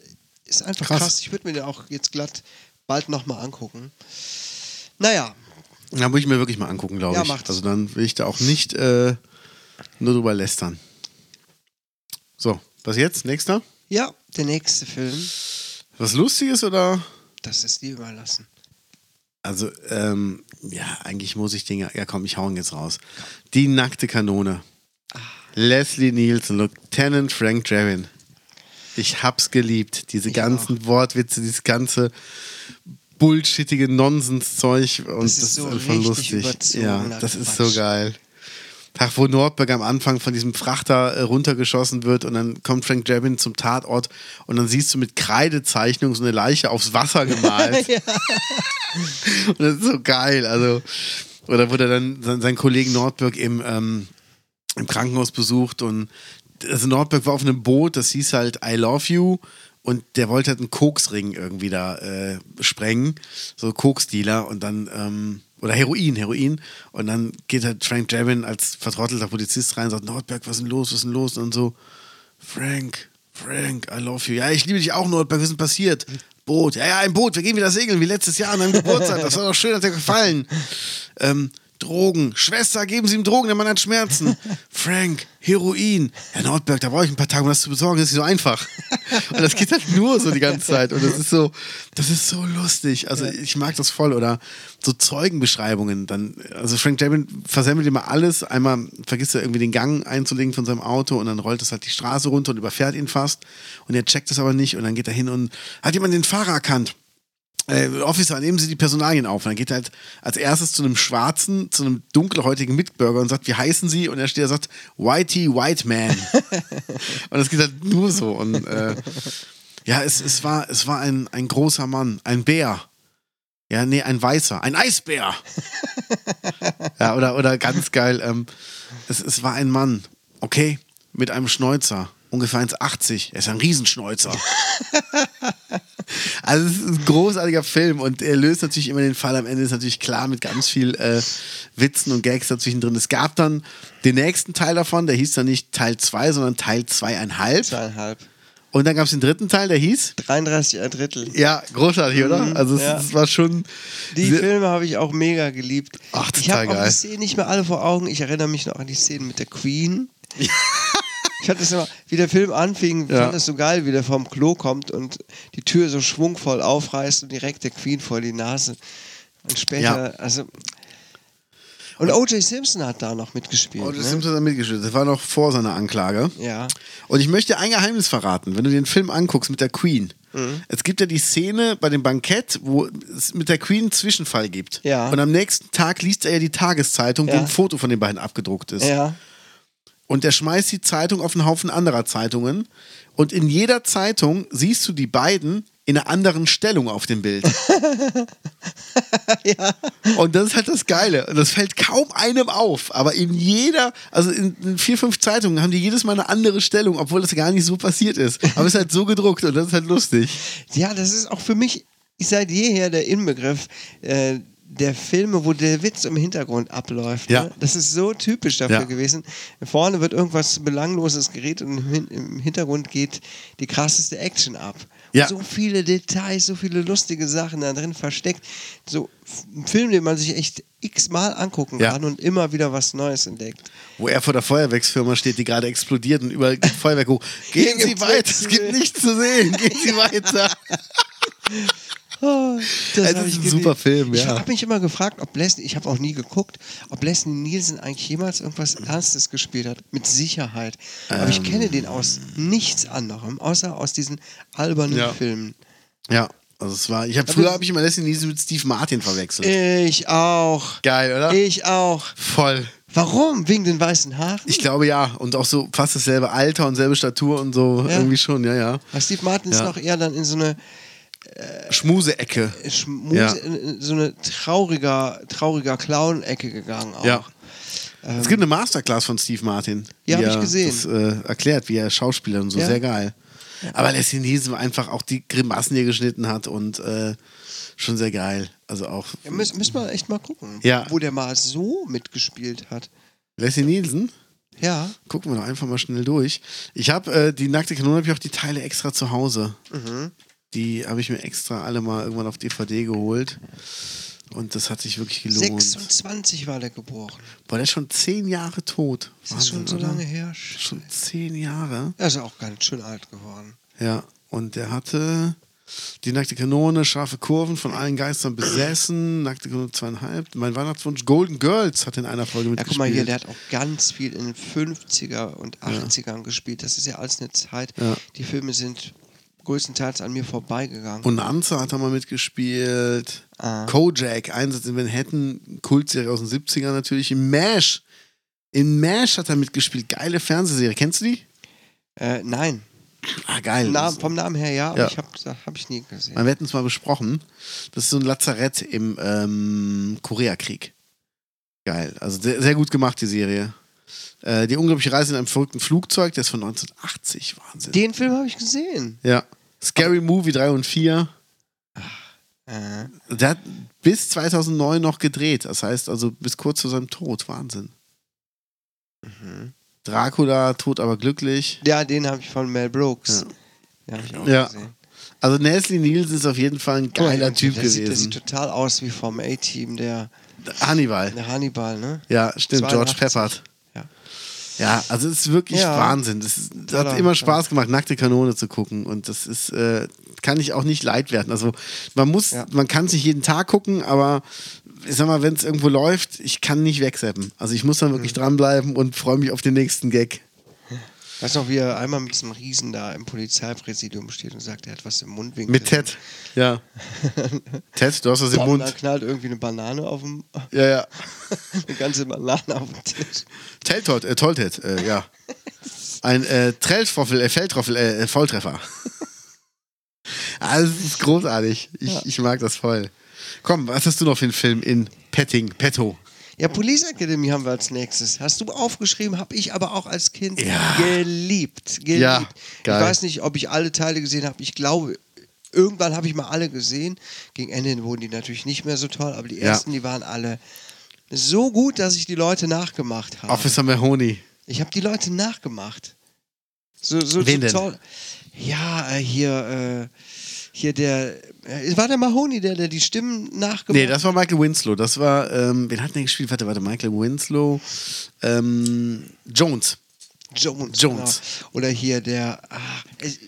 S1: ist einfach
S2: Krass.
S1: krass. Ich würde mir den auch jetzt glatt bald nochmal angucken. Naja,
S2: Da muss ich mir wirklich mal angucken, glaube
S1: Ja,
S2: ich.
S1: macht's.
S2: Also dann will ich da auch nicht äh, nur drüber lästern. So, was jetzt? Nächster?
S1: ja, der nächste Film,
S2: Was Lustiges oder?
S1: das ist dir überlassen.
S2: Also, ähm, ja, eigentlich muss ich den ja. Ja, komm, ich hau ihn jetzt raus. Die nackte Kanone. Leslie Nielsen, Lieutenant Frank Drebin. Ich hab's geliebt. Diese ganzen Wortwitze, dieses ganze bullshittige Nonsenszeug. Und das
S1: ist
S2: ist,
S1: so
S2: einfach
S1: richtig
S2: lustig. Ja,
S1: überzogener
S2: das ist so
S1: Quatsch.
S2: geil. Tag, wo Nordberg am Anfang von diesem Frachter äh, runtergeschossen wird und dann kommt Frank Drebin zum Tatort und dann siehst du mit Kreidezeichnung so eine Leiche aufs Wasser gemalt. Und das ist so geil. Also, oder wurde dann sein, sein Kollegen Nordberg im, ähm, im Krankenhaus besucht und also Nordberg war auf einem Boot, das hieß halt I Love You und der wollte halt einen Koksring irgendwie da äh, sprengen, so Koksdealer und dann ähm, oder Heroin, Heroin und dann geht halt Frank Drebin als vertrottelter Polizist rein und sagt Nordberg, was ist denn los, was ist denn los und so Frank, Frank, I love you. Ja, ich liebe dich auch, Nordberg. Was ist denn passiert? Boot. Ja, ja, ein Boot. Wir gehen wieder segeln, wie letztes Jahr an deinem Geburtstag. Das war doch schön, hat dir gefallen. Ähm, Drogen. Schwester, geben Sie ihm Drogen, der Mann hat Schmerzen. Frank, Heroin. Herr Nordberg, da brauche ich ein paar Tage, um das zu besorgen. Das ist nicht so einfach. Und das geht halt nur so die ganze Zeit. Und das ist so, das ist so lustig. Also ich mag das voll. Oder so Zeugenbeschreibungen. Dann, also Frank Jabin versemmelt immer alles. Einmal vergisst er irgendwie den Gang einzulegen von seinem Auto und dann rollt es halt die Straße runter und überfährt ihn fast. Und er checkt es aber nicht und dann geht er hin und hat jemand den Fahrer erkannt äh, Officer, nehmen Sie die Personalien auf. Und dann geht er halt als erstes zu einem schwarzen, zu einem dunkelhäutigen Mitbürger und sagt, wie heißen Sie? Und er steht, er sagt, Whitey White Man. und das geht halt nur so. Und äh, ja, es, es war, es war ein, ein großer Mann, ein Bär. Ja, nee, ein Weißer, ein Eisbär. ja, oder, oder ganz geil, ähm, es, es war ein Mann, okay, mit einem Schnäuzer, ungefähr 1,80. Er ist ein Riesenschnäuzer. Also es ist ein großartiger Film und er löst natürlich immer den Fall. Am Ende ist natürlich klar mit ganz viel äh, Witzen und Gags dazwischen drin. Es gab dann den nächsten Teil davon, der hieß dann nicht Teil 2, sondern Teil 2,5.
S1: Zweieinhalb.
S2: Und dann gab es den dritten Teil, der hieß?
S1: 33 ein Drittel.
S2: Ja, großartig, oder? Also es,
S1: Mhm. ja.
S2: es war schon...
S1: Die
S2: sehr-
S1: Filme habe ich auch mega geliebt.
S2: Ach,
S1: ich
S2: total
S1: habe auch
S2: geil.
S1: die Szenen nicht mehr alle vor Augen. Ich erinnere mich noch an die Szenen mit der Queen. ich hatte das immer, wie der Film anfing,
S2: Ja.
S1: fand es so geil, wie der vom Klo kommt und die Tür so schwungvoll aufreißt und direkt der Queen vor die Nase. Und später, also. Und O.J. Simpson hat da noch mitgespielt.
S2: Oh, das
S1: ne?
S2: Simpsons hat mitgeschüttet. Das war noch vor seiner Anklage.
S1: Ja.
S2: Und ich möchte ein Geheimnis verraten, wenn du den Film anguckst mit der Queen.
S1: Mhm.
S2: Es gibt ja die Szene bei dem Bankett, wo es mit der Queen einen Zwischenfall gibt.
S1: Ja.
S2: Und am nächsten Tag liest er ja die Tageszeitung,
S1: Ja.
S2: wo ein Foto von den beiden abgedruckt ist.
S1: Ja.
S2: Und der schmeißt die Zeitung auf einen Haufen anderer Zeitungen. Und in jeder Zeitung siehst du die beiden in einer anderen Stellung auf dem Bild. Und das ist halt das Geile. Und das fällt kaum einem auf. Aber in jeder, also in, in vier, fünf Zeitungen haben die jedes Mal eine andere Stellung, obwohl das gar nicht so passiert ist. Aber es ist halt so gedruckt und das ist halt lustig.
S1: Ja, das ist auch für mich seit jeher der Inbegriff äh, der Filme, wo der Witz im Hintergrund abläuft.
S2: Ja.
S1: Ne? Das ist so typisch dafür
S2: Ja.
S1: gewesen. Vorne wird irgendwas belangloses geredet und im, Hin- im Hintergrund geht die krasseste Action ab. Und
S2: Ja.
S1: so viele Details, so viele lustige Sachen da drin versteckt. So f- ein Film, den man sich echt x-mal angucken
S2: Ja.
S1: kann und immer wieder was Neues entdeckt.
S2: Wo er vor der Feuerwerksfirma steht, die gerade explodiert und überall geht Feuerwerk hoch. Gehen
S1: Hier
S2: Sie
S1: gibt's
S2: weiter,
S1: nichts
S2: es
S1: zu
S2: gibt
S1: sehen.
S2: nichts zu sehen. Gehen Sie weiter.
S1: Oh,
S2: Es
S1: hab
S2: ist
S1: ich
S2: ein
S1: geliebt.
S2: super Film,
S1: Ich
S2: ja.
S1: habe mich immer gefragt, ob Leslie, ich habe auch nie geguckt, ob Leslie Nielsen eigentlich jemals irgendwas Ernstes gespielt hat. Mit Sicherheit. Aber
S2: Ähm.
S1: ich kenne den aus nichts anderem, außer aus diesen albernen
S2: Ja.
S1: Filmen.
S2: Ja, also es war. Ich hab, früher habe ich immer Leslie Nielsen mit Steve Martin verwechselt.
S1: Äh, Ich auch.
S2: Geil, oder?
S1: Ich auch.
S2: Voll.
S1: Warum? Wegen den weißen Haaren?
S2: Ich glaube ja. Und auch so fast dasselbe Alter und selbe Statur und so.
S1: Ja.
S2: Irgendwie schon, ja, ja.
S1: Weil Steve Martin ist
S2: Ja.
S1: noch eher dann in so eine
S2: Schmuseecke.
S1: Schmuse,
S2: Ja.
S1: in in so eine trauriger, trauriger Clown-Ecke gegangen auch.
S2: Ja. es gibt eine Masterclass von Steve Martin.
S1: oh. Ja,
S2: wie
S1: hab ich
S2: er
S1: gesehen.
S2: Das, äh, erklärt, wie er Schauspieler und so.
S1: Ja.
S2: Sehr geil. Aber Leslie Nielsen war einfach auch die Grimassen, die er geschnitten hat und äh, schon sehr geil. Also auch
S1: Ja, müß- müssen wir echt mal gucken,
S2: Ja.
S1: wo der mal so mitgespielt hat.
S2: Leslie Nielsen.
S1: Ja.
S2: Gucken wir doch einfach mal schnell durch. Ich habe äh, die nackte Kanone, habe ich auch die Teile extra zu Hause.
S1: Mhm.
S2: Die habe ich mir extra alle mal irgendwann auf DVD geholt. Und das hat sich wirklich gelohnt.
S1: 26 war der geboren.
S2: Boah, der ist schon zehn Jahre tot.
S1: Das ist schon so
S2: oder?
S1: lange her.
S2: Schon zehn Jahre.
S1: Er ist auch ganz schön alt geworden.
S2: Ja. Und der hatte die nackte Kanone, scharfe Kurven von allen Geistern besessen, nackte Kanone zweieinhalb, mein Weihnachtswunsch, Golden Girls hat in einer Folge
S1: Ja,
S2: mitgespielt.
S1: guck mal hier, der hat auch ganz viel in den 50er und 80ern gespielt. Das ist ja alles eine Zeit.
S2: Ja.
S1: Die Filme sind größtenteils an mir vorbeigegangen.
S2: Bonanza hat er mal mitgespielt.
S1: Ah.
S2: Kojak, Einsatz in Manhattan, Kultserie aus den 70ern natürlich. In MASH. In MASH hat er mitgespielt. Geile Fernsehserie. Kennst du die?
S1: Äh, nein,
S2: Ah, geil.
S1: Na,
S2: Das-
S1: vom Namen her ja, aber
S2: Ja.
S1: ich habe hab ich nie gesehen.
S2: Wir hätten es mal besprochen. Das ist so ein Lazarett im ähm, Koreakrieg. Geil. Also sehr, sehr gut gemacht, die Serie. Äh, die unglaubliche Reise in einem verrückten Flugzeug, der ist von 1980. Wahnsinn.
S1: Den Film habe ich gesehen.
S2: ja. Scary Movie 3 und 4.
S1: Äh,
S2: Der hat bis 2009 noch gedreht. Das heißt also bis kurz zu seinem Tod. Wahnsinn.
S1: Mhm.
S2: Dracula, tot aber glücklich.
S1: ja, den habe ich von Mel Brooks. Den habe ich auch
S2: Ja.
S1: gesehen.
S2: Also Leslie Nielsen ist auf jeden Fall ein
S1: Guck mal,
S2: geiler
S1: der
S2: Typ
S1: sieht- Der sieht
S2: gewesen.
S1: total aus wie vom A-Team, der
S2: Hannibal.
S1: Der Hannibal, ne?
S2: Ja, stimmt. George
S1: 82.
S2: Peppard.
S1: Ja.
S2: Ja, also es ist wirklich
S1: Ja.
S2: Wahnsinn. Das ist, das
S1: Toller,
S2: hat immer Spaß gemacht, nackte Kanone zu gucken. Und das ist, äh, kann ich auch nicht leid werden. Also man muss,
S1: Ja.
S2: man kann es nicht jeden Tag gucken, aber ich sag mal, wenn es irgendwo läuft, ich kann nicht wegseppen. Also ich muss dann wirklich
S1: Mhm.
S2: dranbleiben und freue mich auf den nächsten Gag.
S1: Weißt du noch, wie er einmal mit diesem Riesen da im Polizeipräsidium steht und sagt, er hat was im Mundwinkel.
S2: Mit Ted. Ja. Ted, du hast das im
S1: Und dann
S2: Mund.
S1: knallt irgendwie eine Banane auf dem,
S2: Ja, ja.
S1: eine ganze Banane auf den Tisch.
S2: Teltot, äh, Toltet, äh, ja. Ein äh, Trelltroffel, äh, Feldtroffel, äh, äh, Volltreffer. Also, es ist großartig. Ich, ich mag das voll. Komm, was hast du noch für einen Film in Petting, Petto?
S1: Ja, Police Academy haben wir als nächstes. Hast du aufgeschrieben, habe ich aber auch als Kind
S2: Ja.
S1: geliebt. geliebt.
S2: Ja, geil.
S1: Ich weiß nicht, ob ich alle Teile gesehen habe. Ich glaube, irgendwann habe ich mal alle gesehen. Gegen Ende hin wurden die natürlich nicht mehr so toll, aber die
S2: Ja.
S1: ersten, die waren alle so gut, dass ich die Leute nachgemacht habe.
S2: Officer Mahoney.
S1: Ich habe die Leute nachgemacht. So, so
S2: Wen denn?
S1: total- Ja, äh, hier, äh, hier der. Äh, war der Mahoney, der, der die Stimmen nachgemacht
S2: Nee, das war Michael Winslow. Das war, ähm, wen hat denn der gespielt? Warte, warte, Michael Winslow. Ähm, Jones.
S1: Jones.
S2: Jones.
S1: Genau. Oder hier der. Ah, es-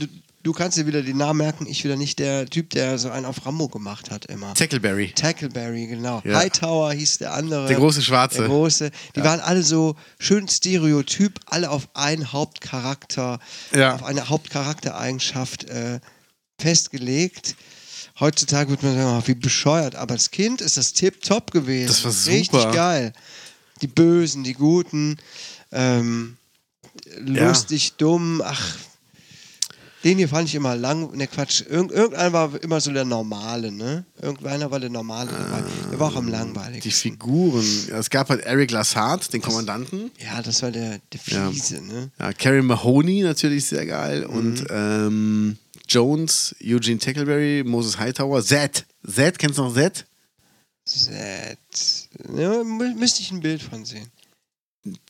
S1: du, du kannst dir wieder den Namen merken. Ich wieder nicht der Typ, der so einen auf Rambo gemacht hat immer.
S2: Tackleberry.
S1: Tackleberry, genau.
S2: Ja.
S1: Hightower hieß der andere.
S2: Der große Schwarze.
S1: Der große. Die waren alle so schön stereotyp, alle auf einen Hauptcharakter,
S2: Ja.
S1: auf eine Hauptcharaktereigenschaft äh, festgelegt. Heutzutage wird man sagen, oh, wie bescheuert, aber als Kind ist das tipptopp gewesen.
S2: Das war super.
S1: Richtig geil. Die Bösen, die Guten, ähm,
S2: Ja.
S1: lustig, dumm, ach. Den hier fand ich immer lang, ne Quatsch, Irg irgendeiner war immer so der Normale, ne? Irgendeiner war der Normale dabei. Der war auch am
S2: Ah. Die
S1: langweiligsten.
S2: Figuren. Ja, es gab halt Eric Lassard, den Kommandanten.
S1: Ja, das war der, der Fiese, ne?
S2: Ja, Carrie Mahoney natürlich sehr geil und
S1: Mhm.
S2: ähm, Jones, Eugene Tackleberry, Moses Hightower, Zed. Zed, kennst du noch Zed?
S1: Sad. Ja, mü müsste ich ein Bild von sehen.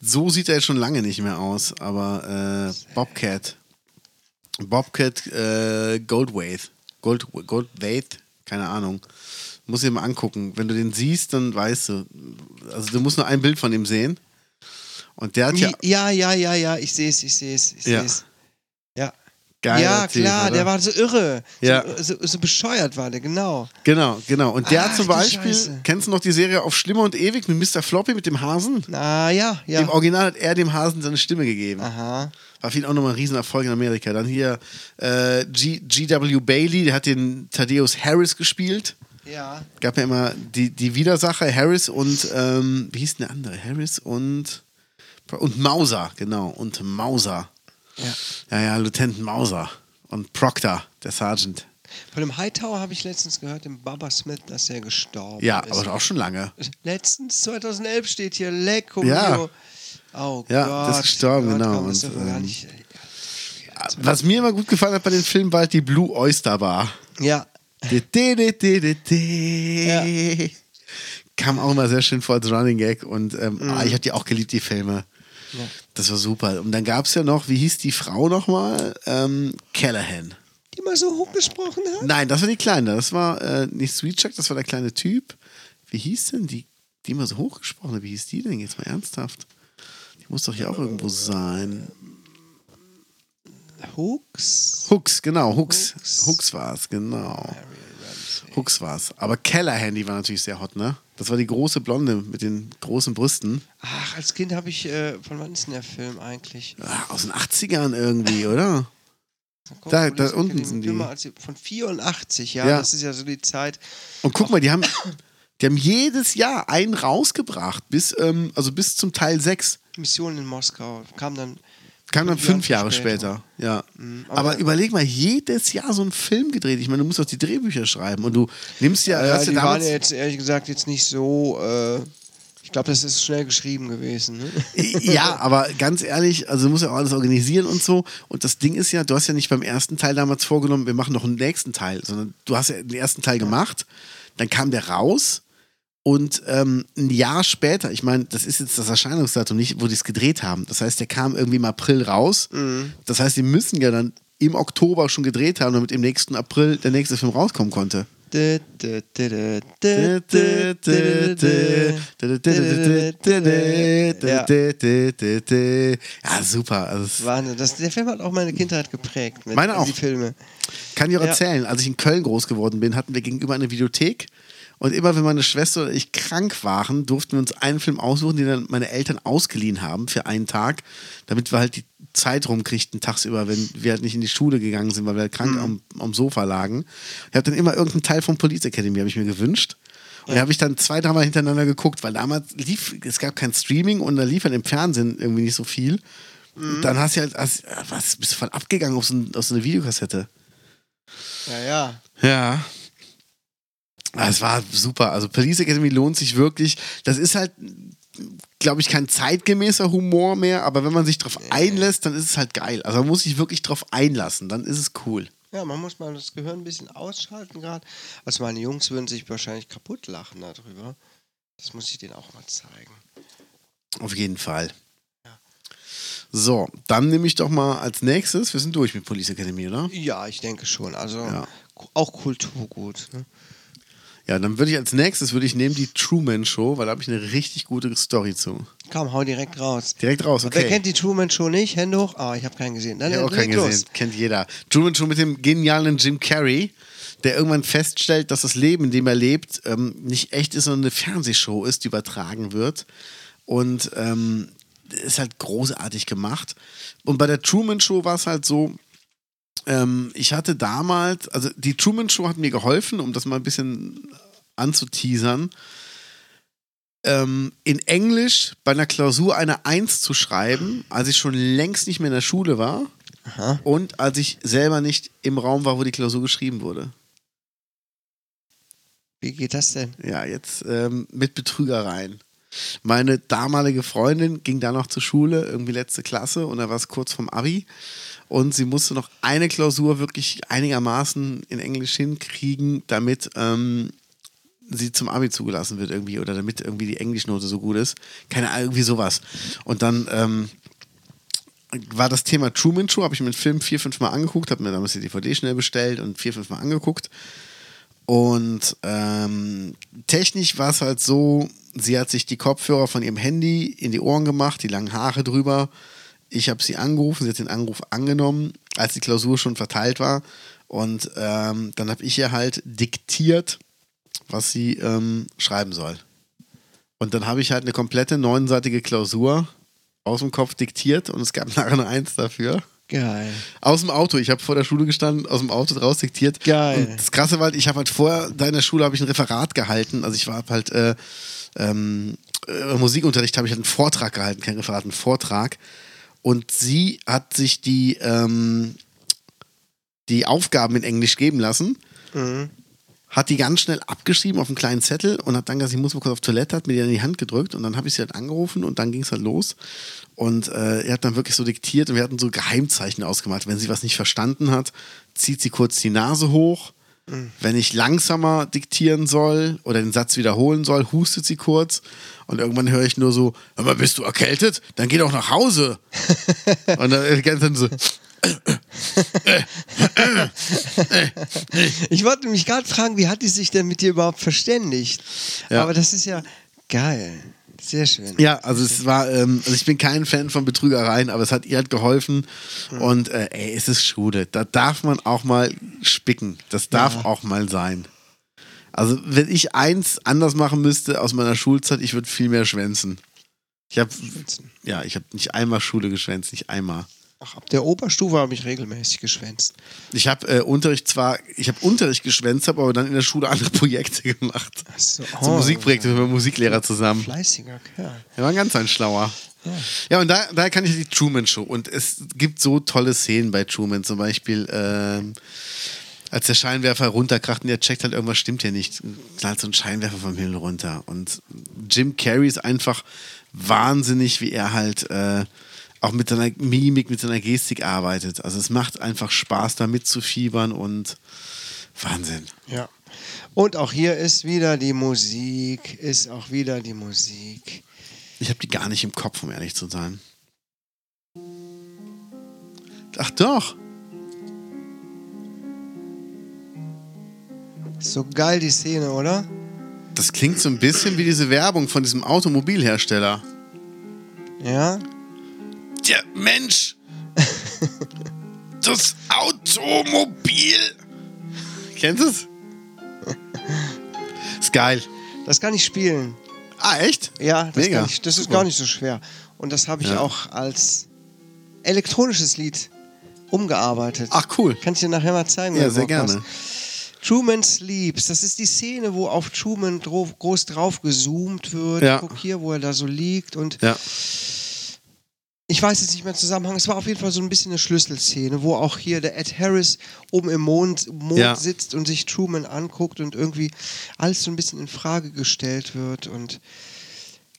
S2: So sieht er jetzt schon lange nicht mehr aus, aber äh, Bobcat. Bobcat äh, Goldwaith. Gold, Goldwaith? Keine Ahnung. Muss ich mal angucken. Wenn du den siehst, dann weißt du. Also du musst nur ein Bild von ihm sehen. Und der hat ja
S1: Ja, ja, ja, ja, ich sehe es, ich sehe es, ich
S2: Ja.
S1: sehe es. Ja.
S2: geil.
S1: ja, klar, der war so irre.
S2: Ja.
S1: So, so, so bescheuert war der, genau.
S2: Genau, genau. Und der
S1: Ach,
S2: hat zum
S1: du
S2: Beispiel,
S1: Scheiße.
S2: kennst du noch die Serie auf Schlimmer und Ewig mit Mr. Floppy mit dem Hasen?
S1: Na ja, ja.
S2: Im Original hat er dem Hasen seine Stimme gegeben.
S1: Aha.
S2: War für ihn auch nochmal ein Riesenerfolg in Amerika. Dann hier äh, G- G.W. Bailey, der hat den Thaddeus Harris gespielt.
S1: Ja.
S2: Gab ja immer die, die Widersacher, Harris und, ähm, wie hieß denn der andere? Harris und, und Mauser, genau. Und Mauser.
S1: ja.
S2: Ja, ja, Lieutenant Mauser. Und Proctor, der Sergeant.
S1: Von dem Hightower habe ich letztens gehört, dem Baba Smith, dass er gestorben
S2: Ja,
S1: ist.
S2: aber auch schon lange.
S1: Letztens 2011 steht hier Lecco
S2: Ja.
S1: Mio. Oh
S2: Ja,
S1: Gott.
S2: das ist gestorben,
S1: Gott,
S2: genau.
S1: Komm, das
S2: Und,
S1: dürfen wir gar
S2: ähm,
S1: nicht.
S2: Was mir immer gut gefallen hat bei den Filmen, war halt die Blue Oyster Bar.
S1: Ja,
S2: De, de, de, de, de, de. Kam auch immer sehr schön vor als Running Gag und ähm, ah, ich hatte die auch geliebt, die Filme. Das war super. Und dann gab es ja noch, wie hieß die Frau nochmal? Ähm, Callahan.
S1: die mal so hoch gesprochen hat.
S2: Nein, das war die Kleine. Das war äh, nicht Sweet Chuck, das war der kleine Typ. Wie hieß denn die, die immer so hochgesprochen hat? Wie hieß die denn jetzt mal ernsthaft? Die muss doch hier auch irgendwo sein.
S1: Hooks.
S2: Hooks, genau, Hooks.
S1: Hooks.
S2: Hooks, war es, genau. Hooks war es. Aber Callahan, die war natürlich sehr hot, ne? Das war die große Blonde mit den großen Brüsten.
S1: Ach, als Kind habe ich, äh, von wann ist denn der Film eigentlich?
S2: Ah, aus den 80ern irgendwie, oder?
S1: Guck,
S2: Da-
S1: wo
S2: da
S1: das-
S2: unten
S1: die
S2: sind die.
S1: Filme, als sie- Von 84, ja,
S2: Ja.
S1: das ist ja so die Zeit.
S2: Und guck mal, die haben, die haben jedes Jahr einen rausgebracht, bis, ähm, also bis zum Teil 6.
S1: Mission in Moskau kam dann.
S2: Kam dann
S1: Fünf
S2: fünf
S1: Jahre
S2: Jahre später. Ja.
S1: aber-
S2: aber, überleg mal, jedes Jahr so einen Film gedreht. Ich meine, du musst doch die Drehbücher schreiben und du nimmst ja.
S1: Ja,
S2: hast
S1: äh,
S2: ja
S1: die waren
S2: damals-
S1: ja jetzt ehrlich gesagt jetzt nicht so. Äh, ich glaube, das ist schnell geschrieben gewesen. Ne?
S2: ja, aber ganz ehrlich, also du musst ja auch alles organisieren und so. Und das Ding ist ja, du hast ja nicht beim ersten Teil damals vorgenommen, wir machen noch einen nächsten Teil, sondern du hast ja den ersten Teil gemacht, dann kam der raus und ähm, ein Jahr später, ich meine, das ist jetzt das Erscheinungsdatum nicht, wo die es gedreht haben. Das heißt, der kam irgendwie im April raus. Das heißt, die müssen ja dann im Oktober schon gedreht haben, damit im nächsten April der nächste Film rauskommen konnte.
S1: Dö, dö, dö, dö, dö, dö, dö, dö.
S2: Ja, super. Also es
S1: Wahnsinn. Das, der Film hat auch meine Kindheit geprägt. Mit
S2: Meine auch.
S1: Die Filme.
S2: Kann ich auch
S1: Ja.
S2: erzählen, als ich in Köln groß geworden bin, hatten wir gegenüber eine Videothek. Und immer, wenn meine Schwester oder ich krank waren, durften wir uns einen Film aussuchen, den dann meine Eltern ausgeliehen haben für einen Tag, damit wir halt die Zeit rumkriegten tagsüber, wenn wir halt nicht in die Schule gegangen sind, weil wir halt krank am, am Sofa lagen. Ich habe dann immer irgendeinen Teil von Police Academy, habe ich mir gewünscht. Und da habe ich dann zwei, dreimal hintereinander geguckt, weil damals lief, es gab kein Streaming und da lief halt im Fernsehen irgendwie nicht so viel. Dann hast du halt, hast, was, bist du voll abgegangen auf so, ein, auf so eine Videokassette.
S1: Ja, ja.
S2: Ja. Ah, Es war super. Also Police Academy lohnt sich wirklich. Das ist halt, glaube ich, kein zeitgemäßer Humor mehr, aber wenn man sich drauf einlässt, dann ist es halt geil. Also man muss sich wirklich drauf einlassen, dann ist es cool.
S1: Ja, man muss mal das Gehirn ein bisschen ausschalten gerade. Also meine Jungs würden sich wahrscheinlich kaputt lachen darüber. Das muss ich denen auch mal zeigen.
S2: Auf jeden Fall.
S1: Ja.
S2: So, dann nehme ich doch mal als nächstes, wir sind durch mit Police Academy, oder?
S1: Ja, ich denke schon. Also
S2: Ja.
S1: ku- auch Kulturgut. Ne?
S2: Ja, dann würde ich als nächstes, würde ich nehmen die Truman Show, weil da habe ich eine richtig gute Story zu.
S1: Komm, hau direkt raus.
S2: Direkt raus, okay.
S1: Wer kennt die Truman Show nicht? Hände hoch. Ah, ich habe keinen gesehen. Dann
S2: Ich hab auch
S1: leg
S2: keinen
S1: los.
S2: gesehen. Kennt jeder. Truman Show mit dem genialen Jim Carrey, der irgendwann feststellt, dass das Leben, in dem er lebt, ähm, nicht echt ist, sondern eine Fernsehshow ist, die übertragen wird. Und ähm, ist halt großartig gemacht. Und bei der Truman Show war es halt so, ähm, ich hatte damals, also die Truman Show hat mir geholfen, um das mal ein bisschen anzuteasern, ähm, in Englisch bei einer Klausur eine Eins zu schreiben, als ich schon längst nicht mehr in der Schule war
S1: Aha.
S2: und als ich selber nicht im Raum war, wo die Klausur geschrieben wurde.
S1: Wie geht das denn?
S2: Ja, jetzt ähm, mit Betrügereien. Meine damalige Freundin ging da noch zur Schule, irgendwie letzte Klasse, und da war es kurz vom Abi. Und sie musste noch eine Klausur wirklich einigermaßen in Englisch hinkriegen, damit ähm, sie zum Abi zugelassen wird irgendwie oder damit irgendwie die Englischnote so gut ist. Keine Ahnung, irgendwie sowas. Und dann ähm, war das Thema Truman Show, habe ich mir den Film vier, fünf Mal angeguckt, habe mir damals die DVD schnell bestellt und vier, fünf Mal angeguckt. Und ähm, technisch war es halt so, sie hat sich die Kopfhörer von ihrem Handy in die Ohren gemacht, die langen Haare drüber. Ich habe sie angerufen, sie hat den Anruf angenommen, als die Klausur schon verteilt war. Und ähm, dann habe ich ihr halt diktiert, was sie ähm, schreiben soll. Und dann habe ich halt eine komplette neunseitige Klausur aus dem Kopf diktiert und es gab nachher eine Eins dafür.
S1: Geil.
S2: Aus dem Auto. Ich habe vor der Schule gestanden, aus dem Auto draus diktiert.
S1: Geil.
S2: Und das Krasse war, halt, ich habe halt vor deiner Schule habe ich ein Referat gehalten. Also ich war hab halt äh, ähm, äh, Musikunterricht habe ich halt einen Vortrag gehalten, kein Referat, einen Vortrag. Und sie hat sich die ähm, die Aufgaben in Englisch geben lassen
S1: Mhm.
S2: hat die ganz schnell abgeschrieben auf einen kleinen Zettel und hat dann gesagt, ich muss mal kurz auf Toilette, hat mir die in die Hand gedrückt und dann habe ich sie halt angerufen und dann ging es halt los. Und äh, er hat dann wirklich so diktiert und wir hatten so Geheimzeichen ausgemacht. Wenn sie was nicht verstanden hat, zieht sie kurz die Nase hoch. Wenn ich langsamer diktieren soll oder den Satz wiederholen soll, hustet sie kurz und irgendwann höre ich nur so, aber bist du erkältet? Dann geh doch nach Hause. und dann die ganze Zeit so,
S1: Ich wollte mich gerade fragen, wie hat die sich denn mit dir überhaupt verständigt?
S2: Ja.
S1: Aber das ist ja geil. Sehr schön.
S2: Ja, also es war, ähm, also ich bin kein Fan von Betrügereien, aber es hat ihr halt geholfen. Und äh, ey, es ist Schule. Da darf man auch mal spicken. Das darf auch mal sein. Also, wenn ich eins anders machen müsste aus meiner Schulzeit, ich würde viel mehr schwänzen. Ich habe ja, ich habe nicht einmal Schule geschwänzt, nicht einmal.
S1: Ach, ab der Oberstufe habe ich regelmäßig geschwänzt.
S2: Ich habe äh, Unterricht zwar, ich habe Unterricht geschwänzt, habe aber dann in der Schule andere Projekte gemacht.
S1: so.
S2: so
S1: Oh.
S2: Musikprojekte mit meinem Musiklehrer zusammen.
S1: Fleißiger Kerl.
S2: Er war ein ganz ein schlauer. Ja, und da, daher kann ich die Truman Show. Und es gibt so tolle Szenen bei Truman. Zum Beispiel, ähm, als der Scheinwerfer runterkracht und er checkt halt, irgendwas stimmt hier nicht. Knallt so ein Scheinwerfer vom Himmel runter. Und Jim Carrey ist einfach wahnsinnig, wie er halt äh, auch mit seiner Mimik, mit seiner Gestik arbeitet. Also es macht einfach Spaß, da mitzufiebern und Wahnsinn.
S1: Ja. Und auch hier ist wieder die Musik, ist auch wieder die Musik.
S2: Ich habe die gar nicht im Kopf, um ehrlich zu sein. Ach doch.
S1: Ist so geil die Szene, oder?
S2: Das klingt so ein bisschen wie diese Werbung von diesem Automobilhersteller.
S1: Ja.
S2: Der Mensch! Das Automobil! Kennst du es? Ist geil.
S1: Das kann ich spielen.
S2: Ah, echt?
S1: Ja, das,
S2: Mega.
S1: Kann ich, das ist gar nicht so schwer. Und das habe ich
S2: Ja.
S1: auch als elektronisches Lied umgearbeitet.
S2: Ach, cool.
S1: Kann ich dir nachher mal zeigen. wenn
S2: Ja,
S1: du
S2: sehr
S1: Bock hast.
S2: gerne.
S1: Truman Sleeps. Das ist die Szene, wo auf Truman dro- groß drauf gezoomt wird.
S2: Ja.
S1: Guck hier, wo er da so liegt. Und
S2: Ja.
S1: ich weiß jetzt nicht mehr den Zusammenhang. Es war auf jeden Fall so ein bisschen eine Schlüsselszene, wo auch hier der Ed Harris oben im Mond, Mond
S2: Ja.
S1: sitzt und sich Truman anguckt und irgendwie alles so ein bisschen in Frage gestellt wird. Und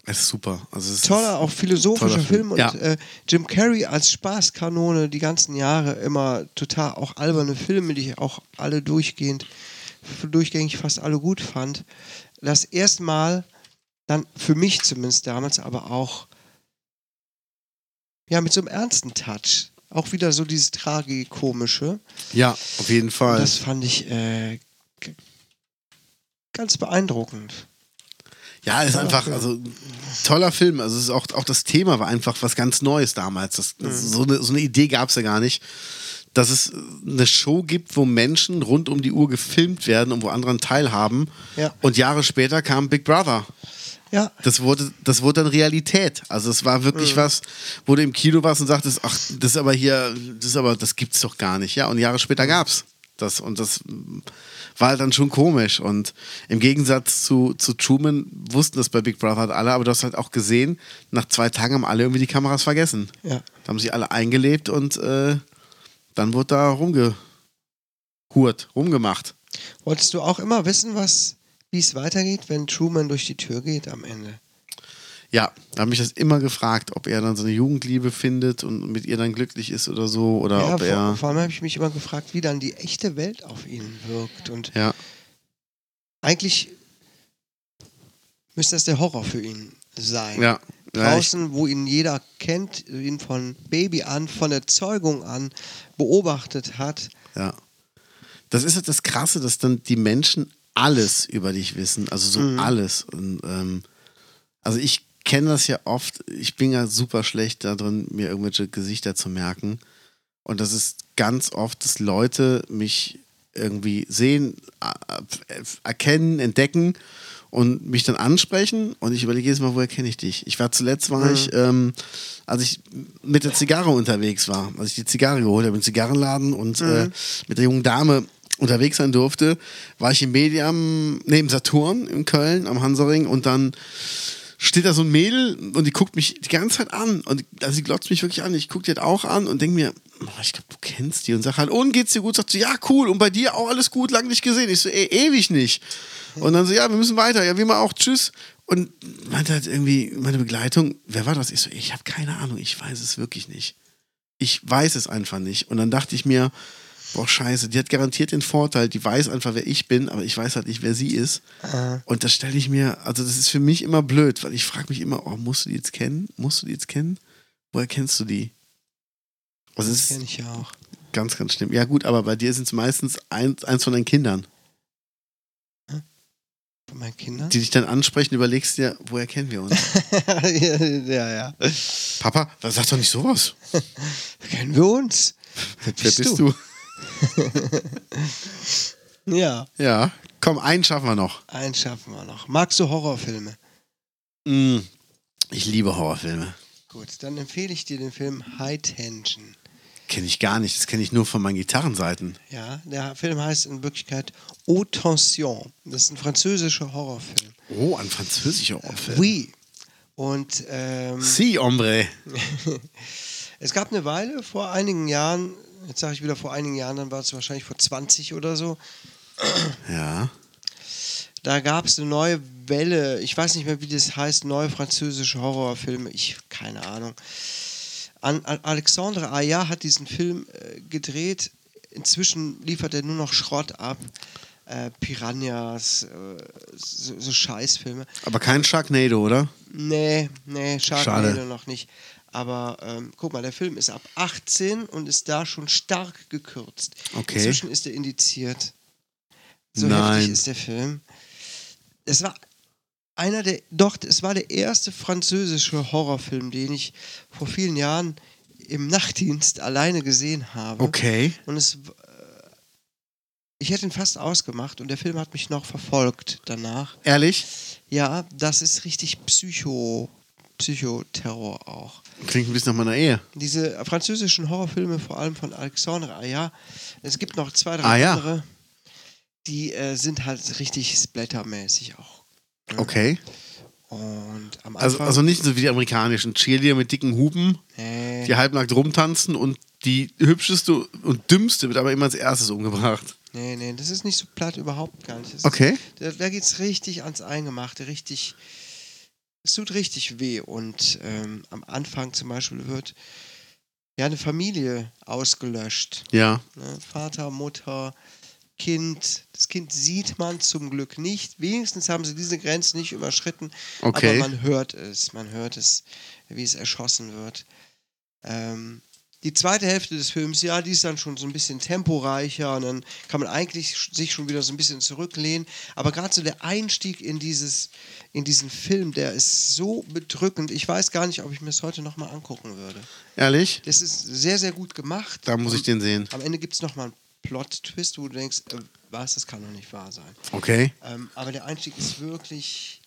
S2: Es ist super. Also es
S1: toller,
S2: ist,
S1: auch philosophischer
S2: toller
S1: Film.
S2: Film.
S1: Und
S2: Ja.
S1: äh, Jim Carrey als Spaßkanone die ganzen Jahre immer total auch alberne Filme, die ich auch alle durchgehend, f- durchgängig fast alle gut fand. Das erste Mal dann für mich zumindest damals, aber auch ja mit so einem ernsten Touch. Auch wieder so dieses tragikomische.
S2: Ja, auf jeden Fall.
S1: Das fand ich äh, g- ganz beeindruckend.
S2: Ja, ist einfach, also toller Film. Also es ist auch, auch das Thema war einfach was ganz Neues damals. Das, das, so, eine, so eine Idee gab es ja gar nicht. Dass es eine Show gibt, wo Menschen rund um die Uhr gefilmt werden und wo anderen teilhaben.
S1: Ja.
S2: Und Jahre später kam Big Brother.
S1: Ja,
S2: Das wurde, das wurde dann Realität. Also es war wirklich was, wo du im Kino warst und sagtest, ach, das ist aber hier, das ist aber, das gibt's doch gar nicht. Ja, und Jahre später gab's das. Und das mm, war halt dann schon komisch. Und im Gegensatz zu, zu Truman wussten das bei Big Brother halt alle, aber du hast halt auch gesehen, nach zwei Tagen haben alle irgendwie die Kameras vergessen.
S1: ja.
S2: Da haben sich alle eingelebt und äh, dann wurde da rumgehurt, rumgemacht.
S1: Wolltest du auch immer wissen, was, wie es weitergeht, wenn Truman durch die Tür geht am Ende?
S2: Ja, da habe ich das immer gefragt, ob er dann so eine Jugendliebe findet und mit ihr dann glücklich ist oder so. Oder ob
S1: vor,
S2: er.
S1: vor allem habe ich mich immer gefragt, wie dann die echte Welt auf ihn wirkt. Und
S2: Ja,
S1: eigentlich müsste das der Horror für ihn sein.
S2: ja. ja ich,
S1: Draußen, wo ihn jeder kennt, ihn von Baby an, von der Zeugung an beobachtet hat.
S2: ja. Das ist halt das Krasse, dass dann die Menschen alles über dich wissen. Also so alles. Und, ähm, also ich kenne das ja oft. Ich bin ja super schlecht darin, mir irgendwelche Gesichter zu merken. Und das ist ganz oft, dass Leute mich irgendwie sehen, a- a- erkennen, entdecken und mich dann ansprechen. Und ich überlege jedes Mal, woher kenne ich dich? Ich war zuletzt, war ich, ähm, als ich mit der Zigarre unterwegs war, als ich die Zigarre geholt habe im Zigarrenladen und äh, mit der jungen Dame unterwegs sein durfte, war ich im Mediam, neben Saturn in Köln am Hansaring und dann steht da so ein Mädel und die guckt mich die ganze Zeit an. Und also sie glotzt mich wirklich an. Ich gucke die halt auch an und denke mir, oh, ich glaube, du kennst die. Und sag halt, und geht's dir gut? Sagt sie, ja, cool. Und bei dir auch alles gut, lang nicht gesehen. Ich so, e ewig nicht. Und dann so, ja, wir müssen weiter. Ja, wie immer auch, tschüss. Und meinte halt irgendwie, meine Begleitung, wer war das? Ich so, ich habe keine Ahnung, ich weiß es wirklich nicht. Ich weiß es einfach nicht. Und dann dachte ich mir, boah, scheiße, die hat garantiert den Vorteil, die weiß einfach, wer ich bin, aber ich weiß halt nicht, wer sie ist. Und das stelle ich mir, also das ist für mich immer blöd, weil ich frage mich immer, oh, musst du die jetzt kennen? Musst du die jetzt kennen? Woher kennst du die? Also
S1: Das
S2: es
S1: kenne
S2: ist
S1: ich ja auch.
S2: ganz, ganz schlimm. Ja gut, aber bei dir sind es meistens eins, eins von deinen Kindern,
S1: Von meinen Kindern.
S2: die dich dann ansprechen, überlegst dir, woher kennen wir uns?
S1: ja, ja.
S2: Papa, was- sag doch nicht sowas.
S1: Kennen wir uns?
S2: Wer
S1: bist
S2: du?
S1: Ja,
S2: Ja, komm, einen schaffen wir noch.
S1: einen schaffen wir noch. Magst du Horrorfilme?
S2: Mm, Ich liebe Horrorfilme.
S1: Gut, dann empfehle ich dir den Film High Tension.
S2: Kenne ich gar nicht, das kenne ich nur von meinen Gitarrenseiten.
S1: Ja, der Film heißt in Wirklichkeit Haute Tension. Das ist ein französischer Horrorfilm.
S2: Oh, ein französischer Horrorfilm.
S1: Oui. Und ähm,
S2: Si, hombre.
S1: es gab eine Weile, vor einigen Jahren, jetzt sage ich wieder vor einigen Jahren, dann war es wahrscheinlich vor 20 oder so,
S2: Ja.
S1: da gab es eine neue Welle. Ich weiß nicht mehr, wie das heißt, neue französische Horrorfilme. Ich, keine Ahnung. An, an Alexandre Aya hat diesen Film äh, gedreht. Inzwischen liefert er nur noch Schrott ab. Äh, Piranhas, äh, so, so Scheißfilme.
S2: Aber kein Sharknado, oder?
S1: Nee, nee, Sharknado
S2: Schade.
S1: noch nicht. Aber ähm, guck mal, der Film ist ab 18 und ist da schon stark gekürzt.
S2: Okay.
S1: Inzwischen ist er indiziert. So
S2: Nein.
S1: heftig ist der Film. Es war einer der, doch, es war der erste französische Horrorfilm, den ich vor vielen Jahren im Nachtdienst alleine gesehen
S2: Ne?
S1: habe.
S2: Okay.
S1: Und es, w- äh, ich hätte ihn fast ausgemacht und der Film hat mich noch verfolgt danach.
S2: Ehrlich?
S1: Ja, das ist richtig Psycho, Psychoterror auch.
S2: Klingt ein bisschen nach meiner Ehe.
S1: Diese französischen Horrorfilme, vor allem von Alexandre Ayat, es gibt noch zwei, drei
S2: Ah, ja.
S1: andere, die äh, sind halt richtig splattermäßig auch.
S2: Okay.
S1: Und am Anfang.
S2: Also, also nicht so wie die amerikanischen Cheerleader mit dicken Huben,
S1: nee,
S2: die halbnackt rumtanzen und die hübscheste und dümmste wird aber immer als erstes umgebracht.
S1: nee, nee, das ist nicht so platt, überhaupt gar nicht. Das
S2: Okay.
S1: Ist, da da geht es richtig ans Eingemachte, richtig. Es tut richtig weh. Und ähm, am Anfang zum Beispiel wird ja eine Familie ausgelöscht.
S2: Ja.
S1: Ne? Vater, Mutter, Kind. Das Kind sieht man zum Glück nicht. Wenigstens haben sie diese Grenze nicht überschritten.
S2: Okay.
S1: Aber man hört es. Man hört es, wie es erschossen wird. Ähm, die zweite Hälfte des Films, ja, die ist dann schon so ein bisschen temporeicher und dann kann man eigentlich sch- sich schon wieder so ein bisschen zurücklehnen. Aber gerade so der Einstieg in, dieses, in diesen Film, der ist so bedrückend. Ich weiß gar nicht, ob ich mir es heute nochmal angucken würde.
S2: Ehrlich?
S1: Das ist sehr, sehr gut gemacht.
S2: Da muss ich den sehen.
S1: Am Ende gibt es nochmal einen Plot-Twist, wo du denkst, äh, was, das kann doch nicht wahr sein.
S2: Okay.
S1: Ähm, aber der Einstieg ist wirklich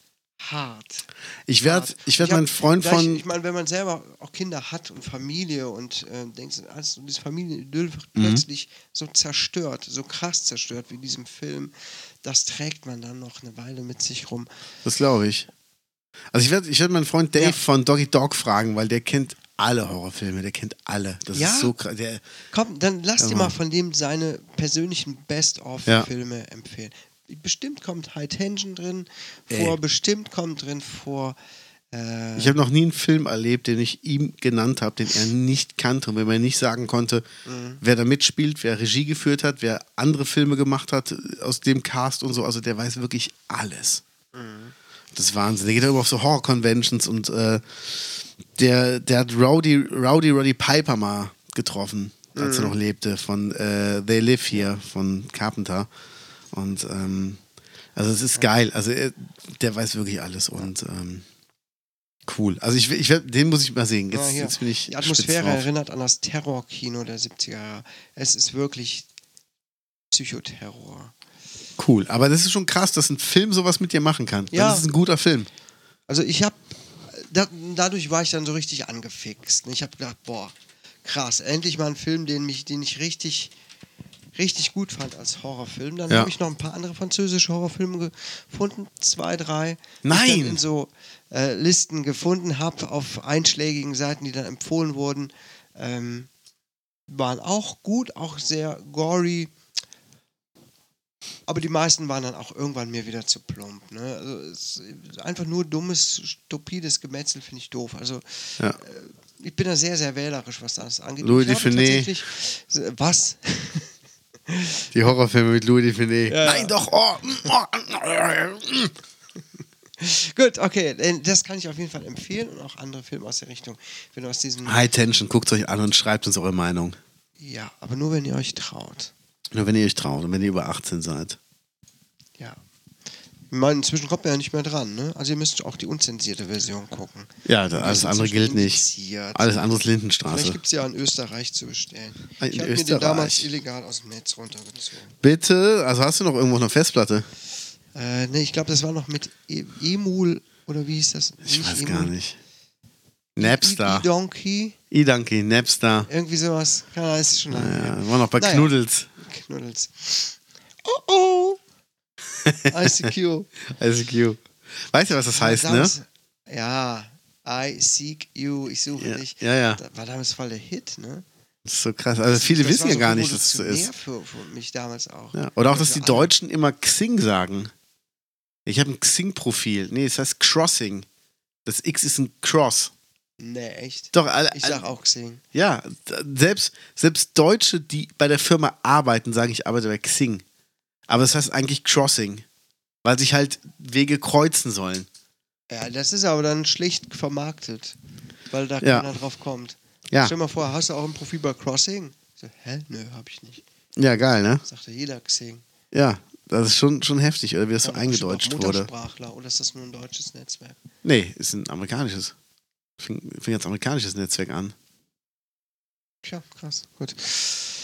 S1: hart.
S2: Ich werde
S1: hart.
S2: ich werd
S1: hab
S2: meinen Freund
S1: gleich-
S2: von.
S1: Ich meine, wenn man selber auch Kinder hat und Familie und äh, denkst, alles, und dieses Familienidyll wird
S2: Mhm.
S1: plötzlich so zerstört, so krass zerstört wie in diesem Film, das trägt man dann noch eine Weile mit sich rum.
S2: Das glaube ich. Also ich werde ich werd meinen Freund Dave
S1: Ja.
S2: von Doggy Dog fragen, weil der kennt alle Horrorfilme, der kennt alle. Das
S1: Ja?
S2: ist so krass. Der,
S1: Komm, dann lass dir
S2: Mann.
S1: mal von dem seine persönlichen
S2: Ja.
S1: Best-of-Filme empfehlen. Bestimmt kommt High Tension drin
S2: Ey.
S1: vor, bestimmt kommt drin vor. Äh,
S2: ich habe noch nie einen Film erlebt, den ich ihm genannt habe, den er nicht kannte und wenn man nicht sagen konnte, wer da mitspielt, wer Regie geführt hat, wer andere Filme gemacht hat äh, aus dem Cast und so. Also der weiß wirklich alles. Das ist Wahnsinn. Der geht ja immer auf so Horror-Conventions und äh, der, der hat Rowdy, Rowdy Roddy Piper mal getroffen, als er noch lebte, von äh, They Live Here von Carpenter. Und ähm, also es ist geil. Also er, der weiß wirklich alles und ähm, cool. Also ich, will- ich werd- den muss ich mal sehen.
S1: Ja,
S2: Jetzt,
S1: Ah, hier.
S2: jetzt bin ich
S1: Die Atmosphäre
S2: spitz drauf.
S1: erinnert an das Terrorkino der 70er Jahre. Es ist wirklich Psychoterror.
S2: Cool. Aber das ist schon krass, dass ein Film sowas mit dir machen kann.
S1: Ja.
S2: Das ist ein guter Film.
S1: Also ich habe, da, dadurch war ich dann so richtig angefixt. Ich habe gedacht, boah, krass, endlich mal ein Film, den, mich, den ich richtig, richtig gut fand als Horrorfilm. Dann
S2: Ja.
S1: habe ich noch ein paar andere französische Horrorfilme gefunden, zwei, drei.
S2: Nein!
S1: Die ich dann in so äh, Listen gefunden habe auf einschlägigen Seiten, die dann empfohlen wurden. Ähm, waren auch gut, auch sehr gory. Aber die meisten waren dann auch irgendwann mir wieder zu plump. Ne? Also es ist einfach nur dummes, stupides Gemetzel finde ich doof. Also
S2: Ja.
S1: äh, ich bin da sehr, sehr wählerisch, was das angeht.
S2: Louis
S1: Ich habe
S2: Define.
S1: tatsächlich- äh, Was?
S2: Die Horrorfilme mit Louis Define.
S1: Ja, ja.
S2: Nein, doch. Oh, oh,
S1: Gut, okay. äh, Das kann ich auf jeden Fall empfehlen und auch andere Filme aus der Richtung. Wenn du aus diesem.
S2: High Tension, guckt euch an und schreibt uns eure Meinung.
S1: Ja, aber nur wenn ihr euch traut.
S2: Nur wenn ihr euch traut und wenn ihr über 18 seid.
S1: Ja. Ich meine, inzwischen kommt man ja nicht mehr dran, ne? Also ihr müsst auch die unzensierte Version gucken.
S2: Ja, da- alles
S1: Die ist
S2: andere
S1: inzwischen
S2: gilt nicht.
S1: indiziert.
S2: Alles andere ist
S1: Vielleicht
S2: Lindenstraße.
S1: gibt es ja in Österreich zu bestellen.
S2: Also- Ah, in
S1: ich habe mir den
S2: Österreich.
S1: damals illegal aus dem Netz runtergezogen.
S2: Bitte, also hast du noch irgendwo noch eine Festplatte?
S1: Äh, nee, ich glaube, das war noch mit e Emul oder wie hieß das?
S2: Ich weiß
S1: Emul.
S2: gar nicht.
S1: I
S2: Napster.
S1: Donkey,
S2: E-Donkey, Napster.
S1: irgendwie sowas. Keine Ahnung, ist schon lange her.
S2: Ja, war noch bei
S1: Naja.
S2: Knuddels.
S1: Knuddels. Oh oh! ICQ.
S2: ICQ. Weißt du, was das heißt, ne?
S1: Damals- Ja, I seek you, ich suche
S2: Ja,
S1: dich.
S2: ja. ja.
S1: Da- War damals voll der Hit, ne?
S2: Das ist so krass. Also viele
S1: Das
S2: wissen
S1: war
S2: ja
S1: so
S2: gar nicht, dass es so
S1: revolutionär
S2: ist.
S1: Für, für mich damals auch.
S2: Ja. Oder auch, dass
S1: Für
S2: die
S1: alle.
S2: Deutschen immer Xing sagen. Ich habe ein Xing-Profil. Nee, es heißt Crossing. Das X ist ein Cross.
S1: Nee, echt.
S2: Doch, alle,
S1: Ich sag auch Xing.
S2: ja, d- selbst, selbst Deutsche, die bei der Firma arbeiten, sagen, ich arbeite bei Xing. Aber es heißt eigentlich Crossing. Weil sich halt Wege kreuzen sollen.
S1: Ja, das ist aber dann schlicht vermarktet, weil da
S2: Ja.
S1: keiner drauf kommt.
S2: Ja,
S1: Stell dir mal vor, hast du auch ein Profil bei Crossing? So, hä? Nö, hab ich nicht.
S2: ja, geil, ne?
S1: Sagte jeder Xing.
S2: Ja. Das ist schon, schon heftig, oder wie das so
S1: Ja,
S2: eingedeutscht
S1: Muttersprach-
S2: wurde.
S1: Muttersprachler oder ist das nur ein deutsches Netzwerk?
S2: Nee, ist ein amerikanisches. Fing, fing als amerikanisches Netzwerk an.
S1: Tja, krass. Gut.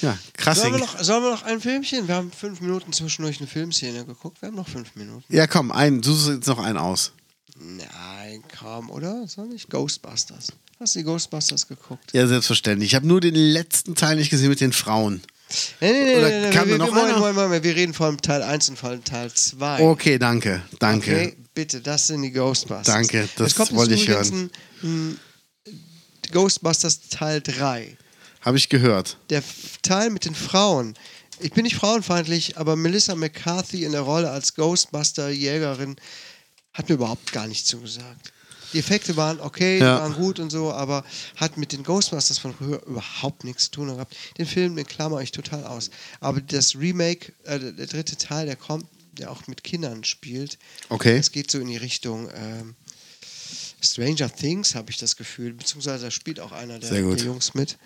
S2: Ja, krass.
S1: Sollen wir, noch, sollen wir noch ein Filmchen? Wir haben fünf Minuten zwischendurch eine Filmszene geguckt. Wir haben noch fünf Minuten.
S2: Ja, komm, einen, du suchst jetzt noch einen aus.
S1: Nein, kaum, oder? Soll nicht? Ghostbusters. Hast du die Ghostbusters geguckt?
S2: Ja, selbstverständlich. Ich habe nur den letzten Teil nicht gesehen mit den Frauen.
S1: Nee, nee, nee,
S2: Oder
S1: nee, nee,
S2: kam
S1: wir,
S2: da
S1: wir,
S2: noch
S1: moin,
S2: einer?
S1: moin, moin, wir reden von Teil 1 und von Teil 2.
S2: Okay, danke, danke.
S1: Okay, bitte, das sind die Ghostbusters.
S2: Danke,
S1: Es
S2: das
S1: kommt jetzt
S2: wollte ich
S1: übrigens
S2: hören.
S1: Ein, ein hm, Ghostbusters Teil 3.
S2: Habe ich gehört.
S1: Der F- Teil mit den Frauen. Ich bin nicht frauenfeindlich, aber Melissa McCarthy in der Rolle als Ghostbuster-Jägerin hat mir überhaupt gar nichts zugesagt. Die Effekte waren okay,
S2: Ja.
S1: waren gut und so, aber hat mit den Ghostbusters von früher überhaupt nichts zu tun gehabt. Den Film, den klammer ich total aus. Aber das Remake, äh, der dritte Teil, der kommt, der auch mit Kindern spielt,
S2: Okay.
S1: es geht so in die Richtung ähm, Stranger Things, habe ich das Gefühl. Beziehungsweise da spielt auch einer der,
S2: Sehr gut.
S1: der Jungs mit.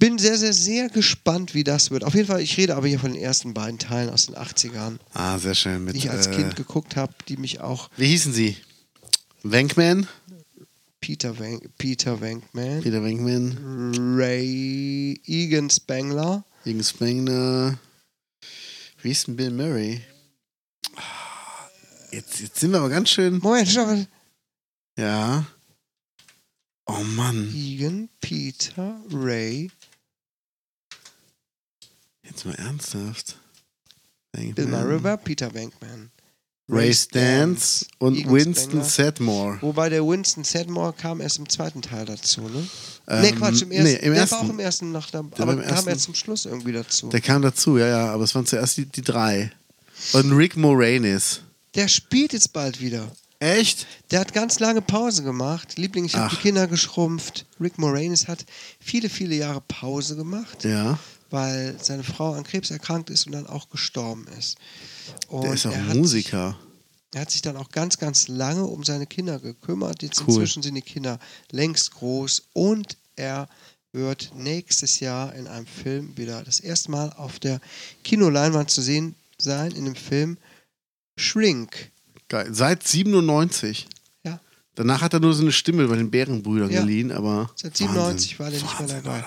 S1: Bin sehr, sehr, sehr gespannt, wie das wird. Auf jeden Fall, ich rede aber hier von den ersten beiden Teilen aus den 80ern,
S2: Ah, sehr schön. Mit,
S1: die ich als
S2: äh,
S1: Kind geguckt habe, die mich auch
S2: Wie hießen sie? Wankman?
S1: Peter, Wank, Peter Wankman,
S2: Peter Wankman.
S1: Ray Egan Spangler,
S2: Gegen Spengler. Wie hieß denn Bill Murray? Ah, Jetzt, jetzt sind wir aber ganz schön.
S1: Moment, stopp,
S2: Ja. Oh Mann.
S1: Egan, Peter, Ray,
S2: Jetzt mal ernsthaft.
S1: Bill
S2: Wankman.
S1: Murray war Peter Wankman.
S2: Hm. Ray Stantz und
S1: Egan
S2: Winston
S1: Spengler.
S2: Sedmore.
S1: Wobei der Winston Sedmore kam erst im zweiten Teil dazu, ne?
S2: Ähm,
S1: nee, Quatsch, im ersten.
S2: nee, im
S1: der
S2: ersten.
S1: war auch im ersten noch da,
S2: war
S1: aber
S2: im
S1: kam
S2: ersten.
S1: erst zum Schluss irgendwie dazu. Der,
S2: Der kam dazu, ja, ja, aber es waren zuerst die, die drei. Und Rick Moranis.
S1: spielt jetzt bald wieder.
S2: Echt?
S1: Der hat ganz lange Pause gemacht. Liebling, ich habe die
S2: Ach.
S1: Kinder geschrumpft. Rick Moranis hat viele, viele Jahre Pause gemacht,
S2: Ja.
S1: weil seine Frau an Krebs erkrankt ist und dann auch gestorben ist. Und
S2: Der ist auch
S1: er hat
S2: Musiker.
S1: Er hat sich dann auch ganz, ganz lange um seine Kinder gekümmert. Jetzt
S2: Cool.
S1: inzwischen sind die Kinder längst groß und er wird nächstes Jahr in einem Film wieder das erste Mal auf der Kinoleinwand zu sehen sein, in dem Film Shrink.
S2: Geil. Seit 97.
S1: Ja.
S2: Danach hat er nur so eine Stimme bei den Bärenbrüdern
S1: Ja.
S2: geliehen, aber.
S1: Seit 97 war der nicht mehr dabei.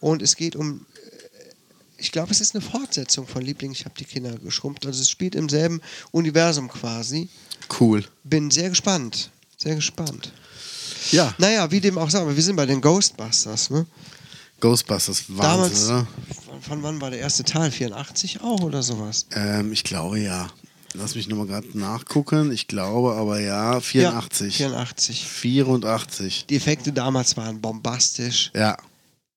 S1: Und es geht um, äh, ich glaube, es ist eine Fortsetzung von Liebling, ich habe die Kinder geschrumpft. Also es spielt im selben Universum quasi.
S2: Cool.
S1: Bin sehr gespannt. Sehr gespannt.
S2: Ja,
S1: Naja, wie dem auch sei, aber wir sind bei den Ghostbusters, ne?
S2: Ghostbusters, Wahnsinn,
S1: Damals,
S2: oder?
S1: von, von wann war der erste Teil? 84 auch oder sowas?
S2: Ähm, ich glaube ja. Lass mich nochmal gerade nachgucken. Ich glaube aber ja, 84.
S1: Ja, 84.
S2: 84.
S1: Die Effekte damals waren bombastisch.
S2: Ja.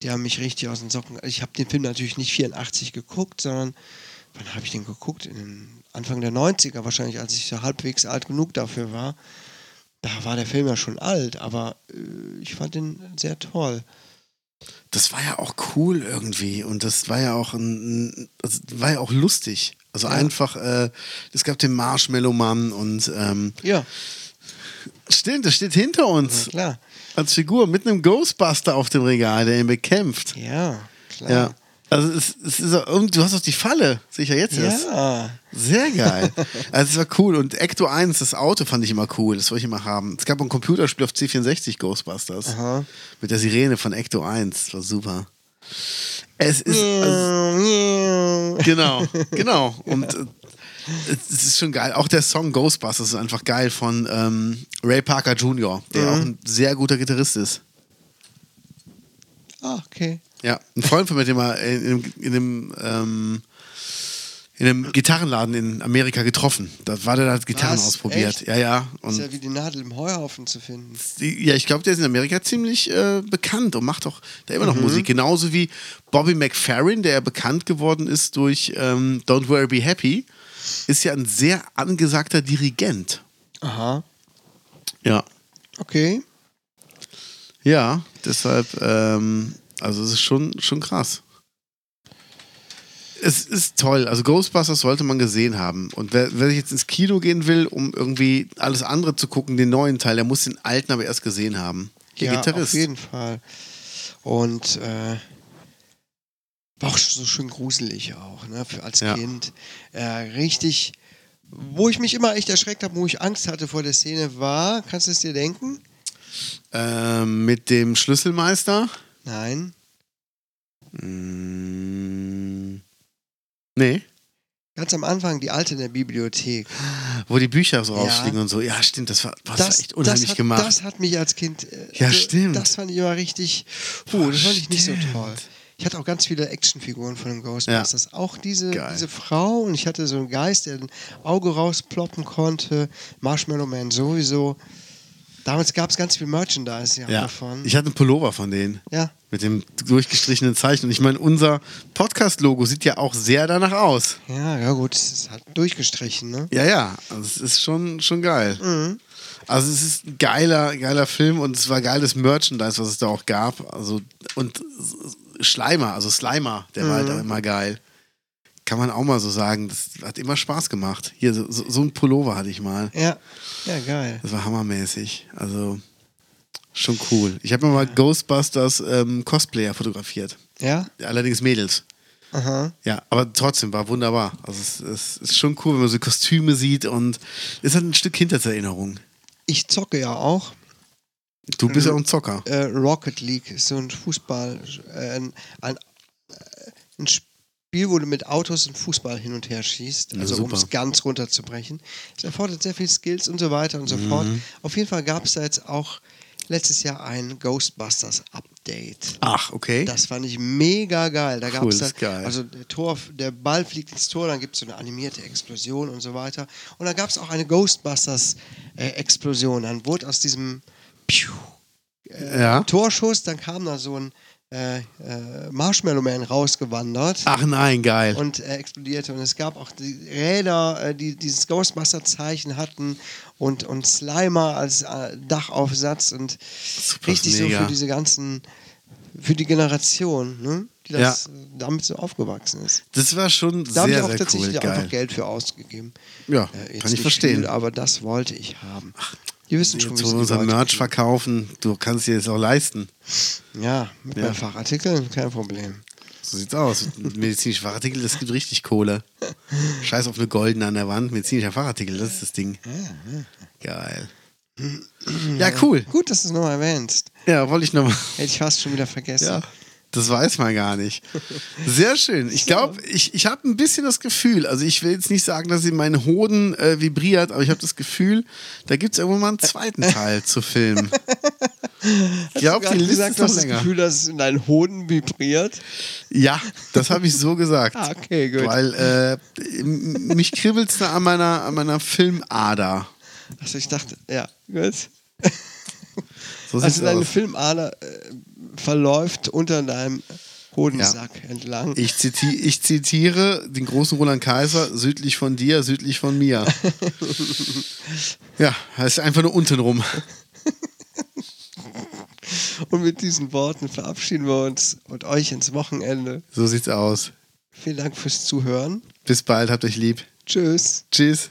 S1: Die haben mich richtig aus den Socken. Ich habe den Film natürlich nicht 84 geguckt, sondern wann habe ich den geguckt? In den Anfang der 90er wahrscheinlich, als ich so halbwegs alt genug dafür war. Da war der Film ja schon alt, aber äh, ich fand den sehr toll.
S2: Das war ja auch cool irgendwie und das war ja auch ein, also war ja auch lustig. Also einfach, äh, es gab den Marshmallow-Mann und ähm,
S1: Ja,
S2: stimmt, das steht hinter uns.
S1: klar.
S2: als Figur mit einem Ghostbuster auf dem Regal, der ihn bekämpft.
S1: Ja, klar.
S2: Ja. Also es, es ist auch, und du hast auch die Falle, sicher jetzt erst.
S1: ja.
S2: Sehr geil. Also es war cool. Und Ecto 1, das Auto fand ich immer cool, das wollte ich immer haben. Es gab ein Computerspiel auf C64 Ghostbusters
S1: Aha.
S2: mit der Sirene von Ecto 1. Das war super. Es ist.
S1: Äh.
S2: Also,
S1: Ähm, ja.
S2: Genau, genau. Und äh, es es ist schon geil. Auch der Song Ghostbusters ist einfach geil von ähm, Ray Parker Jr., der auch ein sehr guter Gitarrist ist.
S1: Ah, okay.
S2: Ja, ein Freund von mir, den mal in, in, in, einem, ähm, in einem Gitarrenladen in Amerika getroffen. Da war der, der hat Gitarren
S1: Was?
S2: ausprobiert.
S1: Echt?
S2: Ja, ja.
S1: Ist
S2: Und
S1: ja wie die Nadel im Heuhaufen zu finden.
S2: ja, ich glaube, der ist in Amerika ziemlich äh, bekannt und macht auch da immer noch
S1: Mhm.
S2: Musik. Genauso wie Bobby McFerrin, der ja bekannt geworden ist durch ähm, Don't Worry Be Happy, ist ja ein sehr angesagter Dirigent.
S1: Aha.
S2: Ja.
S1: Okay.
S2: Ja, deshalb, ähm, also es ist schon, schon krass. Es ist toll. Also Ghostbusters sollte man gesehen haben. Und wer, wer sich jetzt ins Kino gehen will, um irgendwie alles andere zu gucken, den neuen Teil, der muss den alten aber erst gesehen haben. Der
S1: ja,
S2: Gitarrist.
S1: auf jeden Fall. Und äh, War auch so schön gruselig auch, ne? Für als
S2: Ja.
S1: Kind. Äh, richtig. Wo ich mich immer echt erschreckt habe, wo ich Angst hatte vor der Szene, war, kannst du es dir denken?
S2: Ähm, mit dem Schlüsselmeister?
S1: Nein.
S2: Mm, nee.
S1: Ganz am Anfang, die alte in der Bibliothek.
S2: Wo die Bücher so
S1: Ja.
S2: rausfliegen und so. Ja, stimmt, das war, boah, das war echt unheimlich
S1: das hat,
S2: gemacht.
S1: Das hat mich als Kind. äh,
S2: Ja, stimmt.
S1: Das fand ich immer richtig. Oh, das fand ich nicht so
S2: Stimmt.
S1: toll. Ich hatte auch ganz viele Actionfiguren von dem Ghostbusters. Auch diese,
S2: Geil.
S1: diese Frau und ich hatte so einen Geist, der ein Auge rausploppen konnte. Marshmallow Man sowieso. Damals gab es ganz viel Merchandise ja,
S2: ja.
S1: davon.
S2: Ich hatte einen Pullover von denen.
S1: ja,
S2: Mit dem durchgestrichenen Zeichen. Und ich meine, unser Podcast-Logo sieht ja auch sehr danach aus.
S1: ja, ja, gut, es ist halt durchgestrichen, ne?
S2: Ja, ja. Also es ist schon, schon geil. Also es ist ein geiler, geiler Film und es war geiles Merchandise, was es da auch gab. Also und Schleimer, also Slimer, der war halt auch immer geil. Kann man auch mal so sagen. Das hat immer Spaß gemacht. Hier, so, so, so ein Pullover hatte ich mal.
S1: Ja, ja, geil.
S2: Das war hammermäßig. Also schon cool. Ich habe mir mal Ghostbusters ähm, Cosplayer fotografiert.
S1: Ja,
S2: Allerdings Mädels.
S1: aha.
S2: Ja, aber trotzdem war wunderbar. Also es, es ist schon cool, wenn man so Kostüme sieht und es hat ein Stück Kindheitserinnerung.
S1: Ich zocke ja auch.
S2: Du bist ja auch ein Zocker.
S1: äh, Rocket League, ist so ein Fußball, äh, ein, ein, äh, ein Spiel, wo du mit Autos und Fußball hin und her schießt,
S2: Ja,
S1: also um
S2: super.
S1: es ganz runterzubrechen. Es erfordert sehr viel Skills und so weiter und so
S2: Mhm.
S1: fort. Auf jeden Fall gab es da jetzt auch letztes Jahr ein Ghostbusters Update.
S2: Ach, okay.
S1: Das fand ich mega geil. Da gab es
S2: das ist geil.
S1: also der Tor, der Ball fliegt ins Tor, dann gibt es so eine animierte Explosion und so weiter. Und dann gab es auch eine Ghostbusters-Explosion. dann wurde aus diesem Piu,
S2: ja.
S1: Torschuss, dann kam da so ein äh, äh, Marshmallow Man rausgewandert
S2: Ach nein, geil.
S1: und äh, explodierte. Und es gab auch die Räder, äh, die dieses Ghostbuster-Zeichen hatten und, und Slimer als äh, Dachaufsatz und richtig so
S2: mega.
S1: für diese ganzen, für die Generation, ne? die das
S2: Ja.
S1: äh, damit so aufgewachsen ist.
S2: das war schon
S1: Da habe ich
S2: sehr,
S1: auch
S2: sehr cool.
S1: tatsächlich einfach
S2: Geil.
S1: Geld für ausgegeben.
S2: Ja,
S1: Äh,
S2: kann
S1: jetzt
S2: ich
S1: nicht
S2: verstehen.
S1: Viel, aber das wollte ich haben. Die wissen schon, wie
S2: Jetzt, wo
S1: sie
S2: wir
S1: die
S2: unseren
S1: Leute
S2: Merch
S1: kriegen.
S2: verkaufen, du kannst dir das auch leisten.
S1: Ja, mit
S2: Ja.
S1: meinen Fachartikeln, kein Problem.
S2: So sieht's aus. Medizinische Fachartikel, das gibt richtig Kohle. Scheiß auf eine goldene an der Wand. Medizinischer Fachartikel, das ist das Ding. Geil. Ja, cool.
S1: Gut, dass du es nochmal erwähnst.
S2: Ja, wollte ich nochmal.
S1: Hätte ich fast schon wieder vergessen.
S2: Ja, das weiß man gar nicht. Sehr schön. Ich glaube, ich, ich habe ein bisschen das Gefühl, also ich will jetzt nicht sagen, dass in meinen Hoden äh, vibriert, aber ich habe das Gefühl, da gibt es irgendwann mal einen zweiten Teil zu filmen. Ich glaube, die
S1: gerade
S2: Liste
S1: gesagt,
S2: ist
S1: du
S2: noch
S1: hast das
S2: länger.
S1: Gefühl, dass es in deinen Hoden vibriert.
S2: Ja, das habe ich so gesagt.
S1: Ah, okay, gut.
S2: Weil äh, m- mich kribbelt es an meiner, an meiner Filmader.
S1: Also ich dachte, ja, gut.
S2: So sieht's
S1: Also deine
S2: aus.
S1: Filmader äh, verläuft unter deinem Hodensack entlang.
S2: Ich, ziti ich zitiere den großen Roland Kaiser, südlich von dir, südlich von mir. ja, heißt einfach nur untenrum.
S1: Und mit diesen Worten verabschieden wir uns und euch ins Wochenende.
S2: So sieht's aus.
S1: Vielen Dank fürs Zuhören.
S2: Bis bald, habt euch lieb.
S1: Tschüss.
S2: Tschüss.